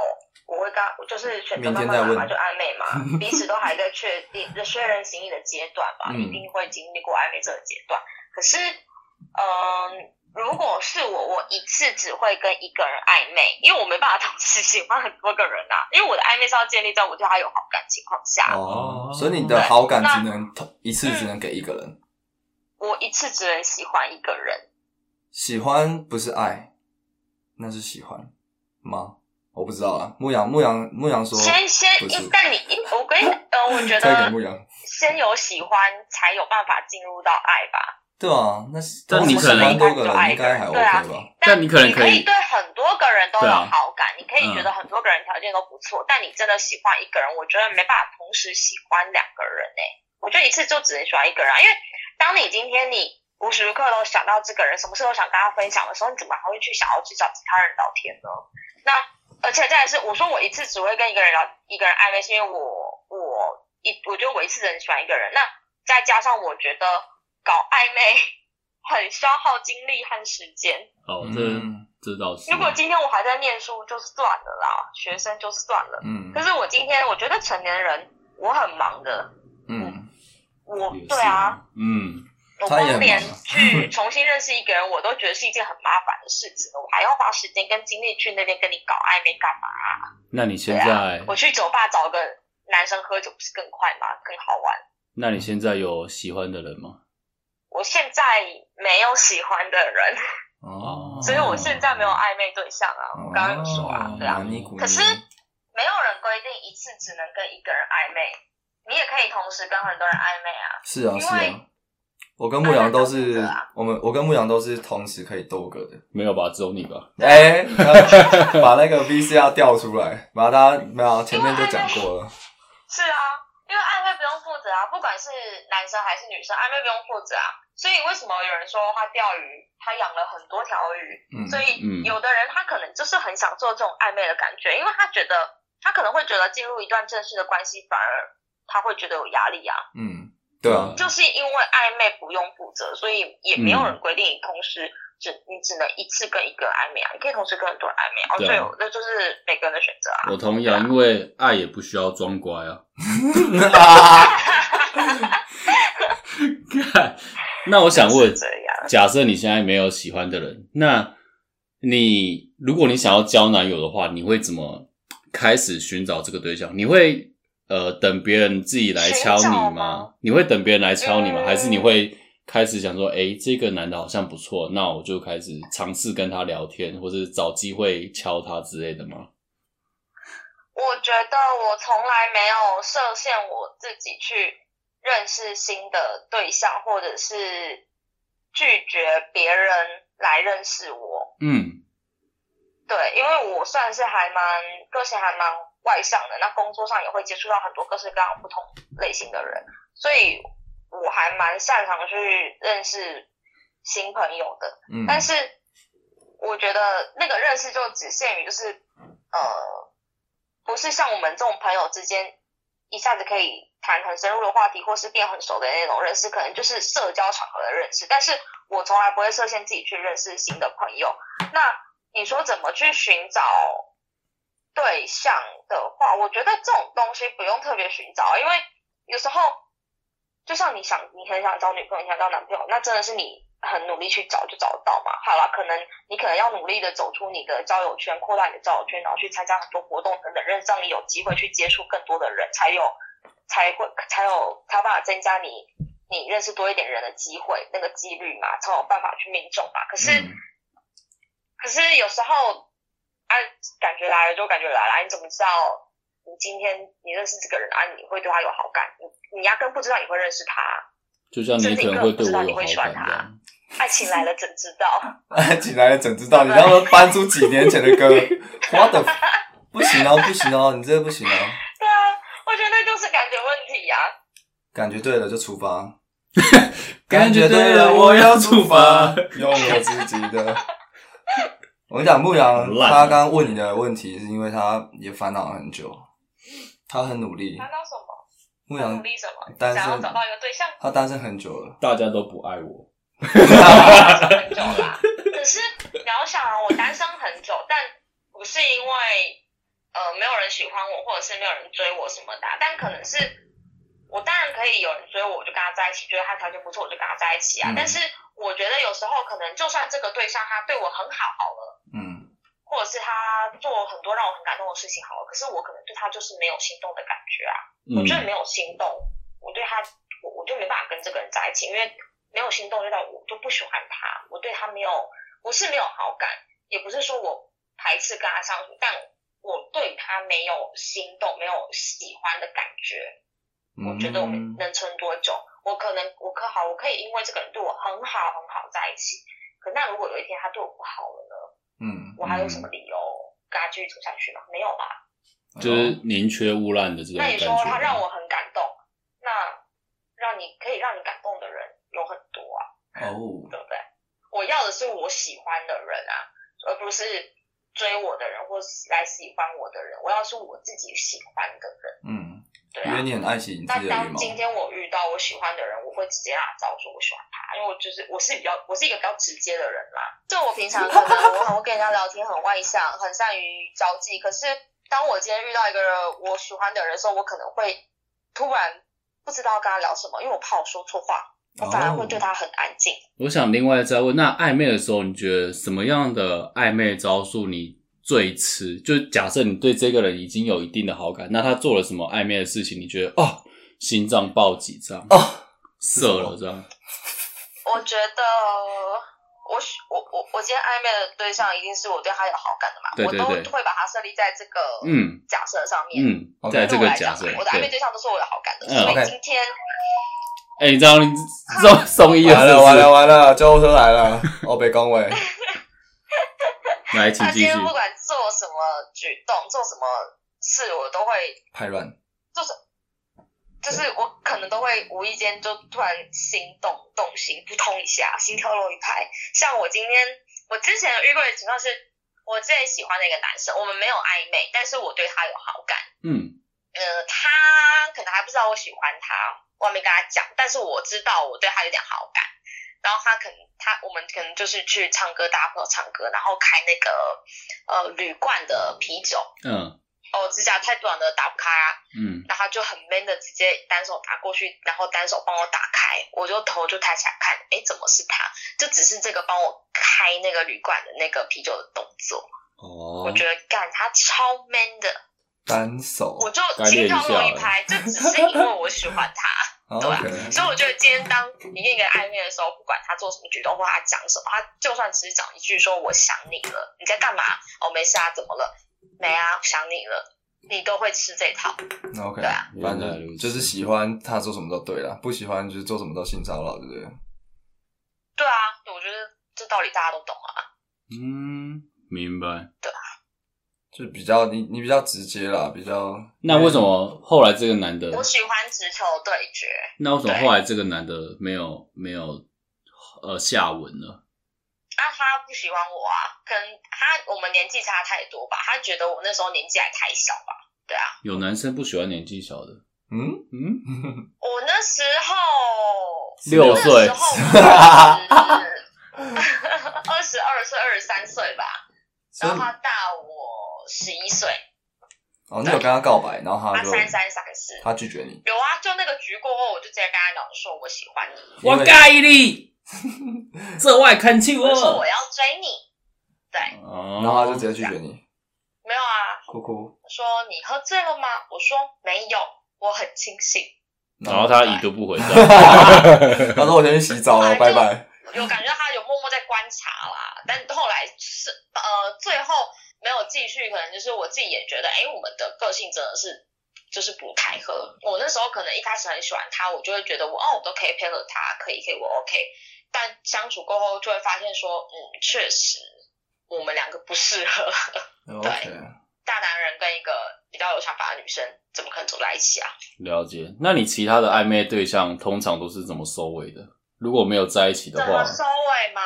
F: 我会跟他就是选择慢慢
B: 明天再
F: 慢
B: 问
F: 慢就 暧昧嘛，彼此都还在确定、在确认心意的阶段吧，
B: 嗯
F: 一定会经历过暧昧这个阶段。可是，嗯、如果是我，我一次只会跟一个人暧昧，因为我没办法同时喜欢很多个人啊， 因为我的暧昧是要建立在我对他有好感情况下。
A: 哦
B: 所以你的好感只能同一次只能给一个人，
F: 我一次只能喜欢一个人，
B: 喜欢不是爱，那是喜欢吗？我不知道啊。牧羊，牧羊，牧羊说
F: 先先
B: 不
F: 一
B: 是，
F: 但你一，我跟你，呃，我觉
B: 推给
F: 得
B: 牧羊，
F: 先有喜欢才有办法进入到爱吧。
B: 对啊，那是
A: 但你
B: 同时
A: 可能
B: 喜欢多个
F: 就
B: 人
F: 爱一
B: 应
F: 个人
B: 该还
F: 对啊
B: OK 吧？
A: 但你可能
F: 你
A: 可以
F: 以对很多个人都
A: 对
F: 有
A: 啊
F: 好感，你可以觉
A: 嗯
F: 得很多个人条件都不错，但你真的喜欢一个人，我觉得没办法同时喜欢两个人呢、我觉得一次就只能喜欢一个人、啊，因为当你今天你无时无刻都想到这个人，什么事都想跟他分享的时候，你怎么还会去想要去找其他人聊天呢？那而且再来是，我说我一次只会跟一个人聊一个人暧昧，是因为我我一我觉得我一次只能喜欢一个人，那再加上我觉得搞暧昧 很消耗精力和时间。
A: 哦，这、
B: 嗯
A: 这倒是。
F: 如果今天我还在念书，就算了啦，学生就算了。
B: 嗯
F: 可是我今天，我觉得成年人我很忙的，
B: 嗯，
F: 我
A: 也是
F: 对啊，，
A: 嗯，
F: 我
B: 他也
F: 光
B: 很忙
F: 连
B: 啊，
F: 去重新认识一个人，我都觉得是一件很麻烦的事情了，我还要花时间跟精力去那边跟你搞暧昧干嘛？
H: 那你现
F: 对啊
H: 在，
F: 我去酒吧找个男生喝酒不是更快吗？更好玩。
H: 那你现在有喜欢的人吗？
F: 我现在没有喜欢的人，
B: 嗯
H: 哦
F: 所以我现在没有暧昧对象啊。
B: 哦
F: 我刚刚有说啊，对啊
B: 拿。尼古尼
F: 可是没有人规定一次只能跟一个人暧昧，你也可以同时跟很多人暧昧啊。
B: 是啊
F: 因为
B: 是啊，我跟牧羊都是
F: 当然懂得啊
B: 我们我跟牧羊都是同时可以多个的。
H: 没有吧，只有你吧。
B: 哎、把那个 VCR 调出来，把它没有啊前面就讲过了。
F: 是啊，因为暧昧不用负责啊，不管是男生还是女生，暧昧不用负责啊。所以为什么有人说他钓鱼，他养了很多条鱼？
B: 嗯
F: 所以
H: 嗯
F: 有的人他可能就是很想做这种暧昧的感觉，因为他觉得他可能会觉得进入一段正式的关系，反而他会觉得有压力啊。
B: 嗯，对啊，
F: 就是因为暧昧不用负责，所以也没有
H: 嗯
F: 人规定你同时只你只能一次跟一个暧昧啊，你可以同时跟很多人暧昧啊。哦，
H: 对啊
F: 对哦，那就是每个人的选择
H: 我
F: 啊。
H: 同意啊，因为爱也不需要装乖啊。看，那我想问
F: 就是，这样，
H: 假设你现在没有喜欢的人，那你如果你想要交男友的话，你会怎么开始寻找这个对象？你会呃等别人自己来敲
F: 寻找
H: 你吗
F: 吗？
H: 你会等别人来敲你吗？
F: 嗯
H: 还是你会开始想说，诶、这个男的好像不错，那我就开始尝试跟他聊天，或者找机会敲他之类的吗？
F: 我觉得我从来没有设限我自己去认识新的对象，或者是拒绝别人来认识我。
H: 嗯，
F: 对，因为我算是还蛮个性还蛮外向的，那工作上也会接触到很多各式各样不同类型的人，所以我还蛮擅长去认识新朋友的。
B: 嗯，
F: 但是我觉得那个认识就只限于就是呃，不是像我们这种朋友之间一下子可以谈很深入的话题，或是变很熟的那种认识，可能就是社交场合的认识。但是我从来不会设限自己去认识新的朋友。那你说怎么去寻找对象的话，我觉得这种东西不用特别寻找，因为有时候就像你想，你很想找女朋友，你想找男朋友，那真的是你很努力去找就找得到嘛。好了，可能你可能要努力的走出你的交友圈，扩大你的交友圈，然后去参加很多活动等等，让让你有机会去接触更多的人，才有才会才有才有办法增加你你认识多一点人的机会，那个几率嘛，才有办法去命中嘛。可是、
H: 嗯
F: 可是有时候，啊，感觉来了就感觉来了，啊你怎么知道你今天你认识这个人啊，你会对他有好感？你你压根不知道你会认识他，
H: 就像你可能会对我有好感这样。
F: 爱情来了怎知 道？
B: 哎请来了整知道，你让他搬出几年前的 歌，what the，f- 不行哦，不行哦，你这个不行哦，
F: 对啊，我觉得那就是感觉问题呀、啊。
B: 感觉对了就 出发，
H: 感觉对了我要出发，
B: 用我自己的。我跟你讲，牧羊
H: 很烂啊
B: 他刚问你的问题，是因为他也烦恼了很久，他很努力。
F: 谈到什么？
B: 牧
F: 努
B: 羊
F: 力什么？
B: 单身
F: 想要找到一个对象，
B: 他单身很久了，
H: 大家都不爱我，
F: 很久啦。可是你要想啊，我单身很久，但不是因为呃没有人喜欢我，或者是没有人追我什么的啊、但可能是我当然可以有人追我，我就跟他在一起，觉得他条件不错，我就跟他在一起啊。
B: 嗯
F: 但是我觉得有时候可能就算这个对象他对我很好好了。
B: 嗯
F: 或者是他做很多让我很感动的事情好了，可是我可能对他就是没有心动的感觉啊，
H: 嗯
F: 我就没有心动，我对他，我我就没办法跟这个人在一起，因为没有心动，就代表我就不喜欢他，我对他没有，不是没有好感，也不是说我排斥跟他相处，但我对他没有心动，没有喜欢的感觉，
B: 嗯，
F: 我觉得我们能撑多久？我可能我可好，我可以因为这个人对我很好很好在一起，可那如果有一天他对我不好了呢？
B: 嗯，
F: 我还有什么理由跟他继续走下去吗？没有吧？
H: 就是宁缺毋滥的这种感
F: 哎那你
H: 觉。
F: 说他让我很感动，那让你可以让你感动的人有很多啊，
B: 哦，
F: 对不对？我要的是我喜欢的人啊，而不是追我的人或是来喜欢我的人。我要是我自己喜欢的人，
B: 嗯，
F: 对
B: 因为
F: 啊。
B: 你很爱惜你自
F: 那
B: 己的羽
F: 当
B: 毛，哦
F: 今天我遇到我喜欢的人，我会直接让他知道说我喜欢他，因为我就是我是比较我是一个比较直接的人啦。就我平常可能我很会跟人家聊天，很外向，很善于交际。可是当我今天遇到一个我喜欢的人的时候，我可能会突然不知道跟他聊什么，因为我怕我说错话，我反而会
A: 哦
F: 对他很安静。
A: 我想另外再问，那暧昧的时候，你觉得什么样的暧昧招数你最吃？就假设你对这个人已经有一定的好感，那他做了什么暧昧的事情，你觉得哦，心脏暴击这样，
B: 哦，
A: 射了这样，
F: 我觉得我喜我我我今天暧昧的对象一定是我对他有好感的嘛，
A: 对对
F: 我
A: 对
F: 都会把他设立在这个
A: 嗯
F: 假设上面。
A: 嗯，
B: OK
A: 在这
F: 对我
A: 个
F: 来
A: 假
F: 讲
A: 设，
F: 我的暧昧
A: 对，
F: 对象都是我有好感的，
A: 嗯
F: 所
B: OK
F: 以今天
A: 哎、你知 道你送送医了是不
B: 完
A: 是
B: 了完了完了，救护车来了，我被恭维。
A: 来，请
F: 他今
A: 继续
F: 天。不管做什么举动，做什么事，我都会
B: 排卵，
F: 就是我可能都会无意间就突然心动动心扑通一下，心跳漏一拍。像我今天，我之前有遇过的情况是，我之前喜欢的一个男生，我们没有暧昧，但是我对他有好感。
A: 嗯，
F: 呃，他可能还不知道我喜欢他，我还没跟他讲，但是我知道我对他有点好感。然后他可能他我们可能就是去唱歌，大家朋友唱歌，然后开那个呃铝罐的啤酒，
A: 嗯
F: 哦，指甲太短了打不开啊，
A: 嗯，
F: 然后他就很 man 的直接单手拿过去，然后单手帮我打开，我就头就抬起来看，哎，怎么是他？就只是这个帮我开那个旅馆的那个啤酒的动作，
A: 哦
F: 我，觉得干他超 man 的，
B: 单手
F: 我就
A: 该练
F: 心
A: 一下
F: 跳漏一
A: 了
F: 拍，就只是因为我喜欢他。
B: 好
F: 对啊
B: ，OK，
F: 所以我觉得今天当你跟一个人暧昧的时候，不管他做什么举动或他讲什么，他就算只是讲一句说“我想你了”，你在干嘛？哦，没事啊，怎么了？没啊，想你了，你都会吃这套。
B: 那 OK，
F: 对啊
A: 原
B: 反
A: 来如
B: 正
A: 此
B: 就是喜欢他做什么都对了，不喜欢就是做什么都性骚扰，对不对？
F: 对啊，我觉得这道理大家都懂啊。
A: 嗯，明白。
B: 就比较你你比较直接啦，比较
A: 那为什么后来这个男的
F: 我喜欢直球对决，
A: 那为什么后来这个男的没有没有呃下文了？
F: 那啊他不喜欢我啊，可能他我们年纪差太多吧，他觉得我那时候年纪还太小吧。对啊，
A: 有男生不喜欢年纪小的，
B: 嗯，
A: 嗯，
F: 我那时候
A: 六岁
F: 那时， 候 二十二岁、二十三岁吧，
B: 所
F: 然
B: 以
F: 后他大我十一岁，
B: 哦，你有跟他告白，然后
F: 他
B: 他就
F: 三三三四。
B: 他拒绝你，
F: 有啊，就那个局过后，我就直接跟他讲说我喜欢你，
B: 因为
A: 介你，这外看清
F: 我说我要追你。对，
A: 哦，
B: 然后他就直接拒绝你，
F: 没有啊，
B: 哭哭，
F: 我说你喝醉了吗？我说没有，我很清醒。
A: 然后他已读不回，这 样
B: 他说我先去洗澡 了，拜拜。
F: 有感觉到他有默默在观察啦，但后来是呃最后没有继续，可能就是我自己也觉得，哎，我们的个性真的是就是不太合。我那时候可能一开始很喜欢他，我就会觉得我哦我都可以配合他，可以可以我 OK，但相处过后就会发现说，嗯，确实我们两个不适合，
B: OK，
F: 大男人跟一个比较有想法的女生怎么可能走在一起啊？
A: 了解。那你其他的暧昧对象通常都是怎么收尾的？如果没有在一起的
F: 怎
A: 话
F: 么，收尾吗？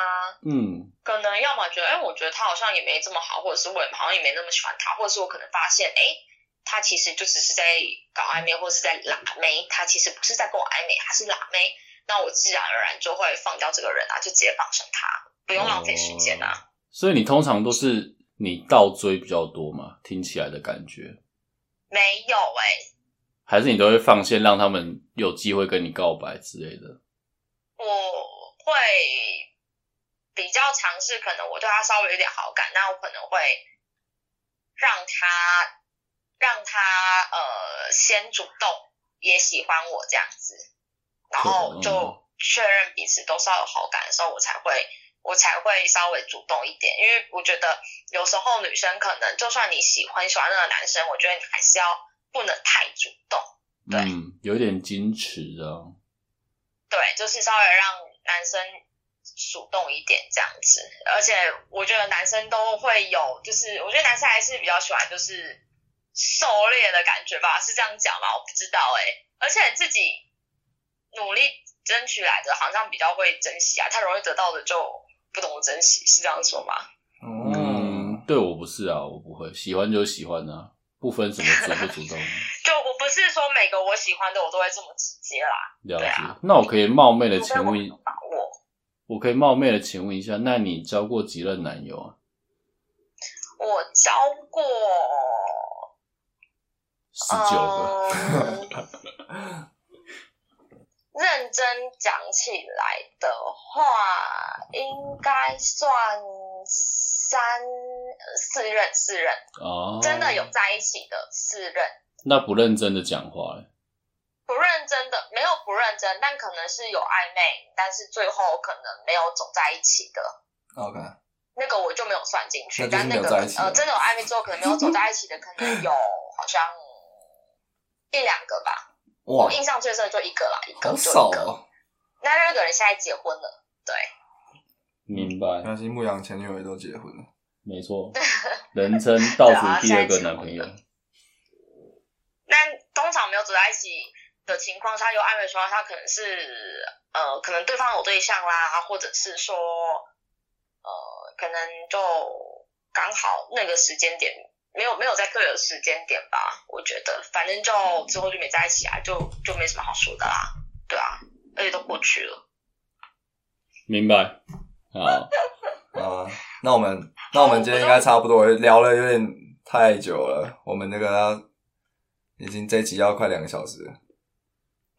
A: 嗯，
F: 可能要么觉得，哎、我觉得他好像也没这么好，或者是我也好像也没那么喜欢他，或者是我可能发现，哎、他其实就只是在搞暧昧，或是在拉妹，他其实不是在跟我暧昧，他是拉妹，那我自然而然就会放掉这个人啊，就直接放生他，不用浪费时间啊。
A: 哦所以你通常都是你倒追比较多嘛？听起来的感觉，
F: 没有哎、
A: 还是你都会放线让他们有机会跟你告白之类的？
F: 我会比较尝试，可能我对他稍微有点好感，那我可能会让他让他呃先主动也喜欢我这样子，然后就确认彼此都稍有好感的时候，我才会我才会稍微主动一点，因为我觉得有时候女生可能就算你喜欢喜欢那个男生，我觉得你还是要不能太主动。对
A: 嗯，有点矜持啊。
F: 对，就是稍微让男生主动一点这样子。而且我觉得男生都会有，就是我觉得男生还是比较喜欢就是狩猎的感觉吧，是这样讲吗？我不知道哎、而且自己努力争取来的，好像比较会珍惜啊，太容易得到的就不懂得珍惜，是这样说吗？
B: 嗯，
A: 嗯，对我不是啊，我不会喜欢就喜欢啊，不分 什么主不主动。
F: 就我不是说每个我喜欢的我都会这么直接啦，
A: 了
F: 对
A: 解
F: 啊。
A: 那我可以冒昧的
F: 除非
A: 请
F: 我
A: 问
F: 有，把握。
A: 我可以冒昧的请问一下，那你交过几任男友啊？
F: 我交过呃
A: 十九个。
F: 嗯哦认认真讲起来的话，应该算三呃四任四任，
A: 哦，
F: 真的有在一起的四任。
A: 那不认真的讲话欸，
F: 不认真的，没有不认真，但可能是有暧昧，但是最后可能没有走在一起的。
B: OK，
F: 那个我就没有算进去，
B: 那就是
F: 但
B: 没
F: 那
B: 有
F: 个
B: 在一起的
F: 呃，真的有暧昧之后，可能没有走在一起的，可能有好像一两个吧。
B: 哇
F: 我，印象最深的就一个啦，一个
B: 好
F: 就
B: 少
F: 一个。
B: 哦。
F: 那那个人现在结婚了，对，
A: 明白
B: 没，
F: 嗯
B: 关系，牧羊前女友也都结婚了。
A: 没 错，人称倒数第二个
F: 对啊现在
A: 男朋友，
F: 但通常没有走在一起的情况下，有暧昧的情况下，可能是呃，可能对方有对象啦，或者是说呃，可能就刚好那个时间点没有没有在对的时间点吧。我觉得反正
B: 嗯
F: 就之后就没在一起啊，就就没什么好说的啦，对啊，而且都过去了。
A: 明白，好，
B: 啊，那我们那我们今天应该差不多了聊了有点太久了，我们那个要已经这一集要快两个小时了，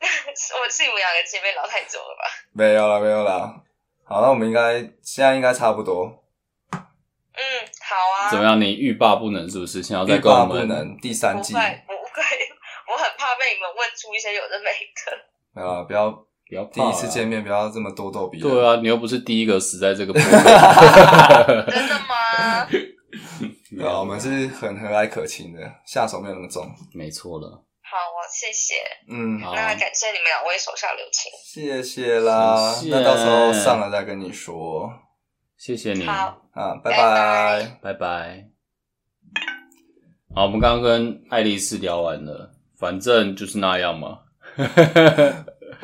F: 我自己们两个前面聊太久了吧？
B: 没有了没有了。好，那我们应该现在应该差不多，
F: 嗯，好啊。
A: 怎么样？你欲罢不能是不是？想要再
B: 欲
A: 跟我
B: 罢不
A: 们
B: 能第三
F: 不
B: 季，
F: 会不会，我很怕被你们问出一些有的没的。
B: 没有了，不要
A: 不要
B: 第
A: 怕
B: 一次
A: 啦
B: 见面不要这么咄咄逼人。
A: 对，啊，你又不是第一个死在这个 坡上。
F: 真的吗？
B: 对啊，我们是很和蔼可亲的，下手没有那么重。
A: 没错了。
F: 好啊，谢谢。
B: 嗯，
A: 好，
F: 那感谢你们两位手下留情。
B: 谢谢啦，
A: 谢谢
B: 那到时候上了再跟你说
A: 谢谢你，
F: 好，
B: 啊，拜
F: 拜
A: 拜
F: 拜
A: 拜。好，我们刚刚跟爱丽丝聊完了，反正就是那样嘛。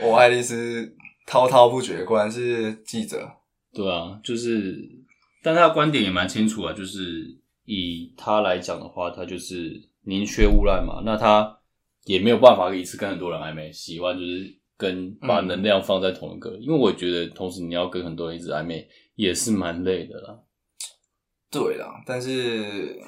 B: 我爱丽丝滔滔不绝，果然是记者。
A: 对啊，就是，但他的观点也蛮清楚啊，就是以他来讲的话，他就是宁缺毋滥嘛。那他也没有办法一次跟很多人暧昧，喜欢就是跟
B: 嗯
A: 把能量放在同一个，因为我觉得同时你要跟很多人一直暧昧也是蛮累的啦。
B: 对啦，但是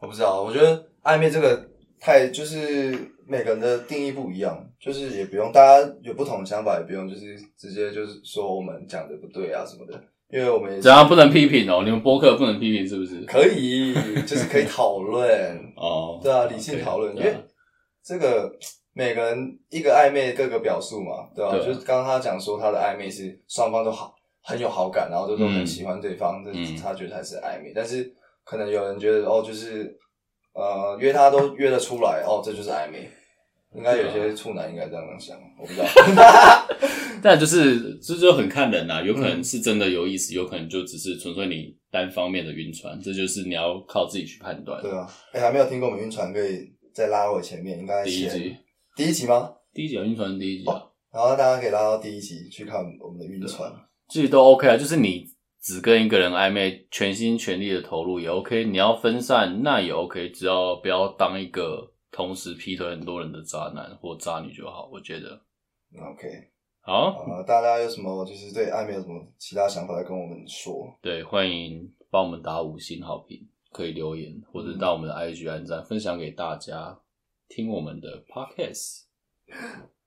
B: 我不知道，我觉得暧昧这个太就是每个人的定义不一样，就是也不用大家有不同的想法，也不用就是直接就是说我们讲的不对啊什么的，因为我们也
A: 怎样不能批评哦？你们播客不能批评是不是？
B: 可以，就是可以讨论，
A: 哦，
B: 对啊，理性讨论，因
A: 对
B: 为
A: 啊
B: 这个每个人一个暧昧各个表述嘛，对吧、
A: 对啊
B: 就是刚刚他讲说他的暧昧是双方都好很有好感，然后都都很喜欢对方，这、
A: 嗯
B: 他觉得他是暧昧，但是可能有人觉得哦，就是呃约他都约得出来，哦这就是暧昧。应该有
A: 啊
B: 些处男应该这样想，我不知道。
A: 但就是这就很看人啦、啊有可
B: 嗯
A: 能是真的有意思，有可能就只是纯粹你单方面的晕船，这就是你要靠自己去判断。
B: 对啊，哎、还没有听过我们晕船，可以再拉回前面，应该
A: 第一
B: 前
A: 集，
B: 第一集吗？
A: 第一集有晕船是第一集啊，
B: 然后大家可以拉到第一集去看我们的晕船。
A: 其实都 OK 啊，就是你只跟一个人暧昧，全心全力的投入也 OK，你要分散那也 OK，只要不要当一个同时劈腿很多人的渣男或渣女就好，我觉得。
B: OK，
A: 好，
B: 啊、大家有什么就是对暧昧有什么其他想法，来跟我们说。
A: 对，欢迎帮我们打五星好评，可以留言或者到我们的 IG 按赞，分享给大家听我们的 Podcast。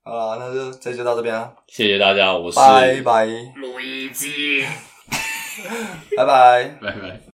B: 好啦，那就这就到这边啊，
A: 谢谢大家，我是
B: 拜拜，
F: 录音机。
B: 拜拜。
A: 拜拜。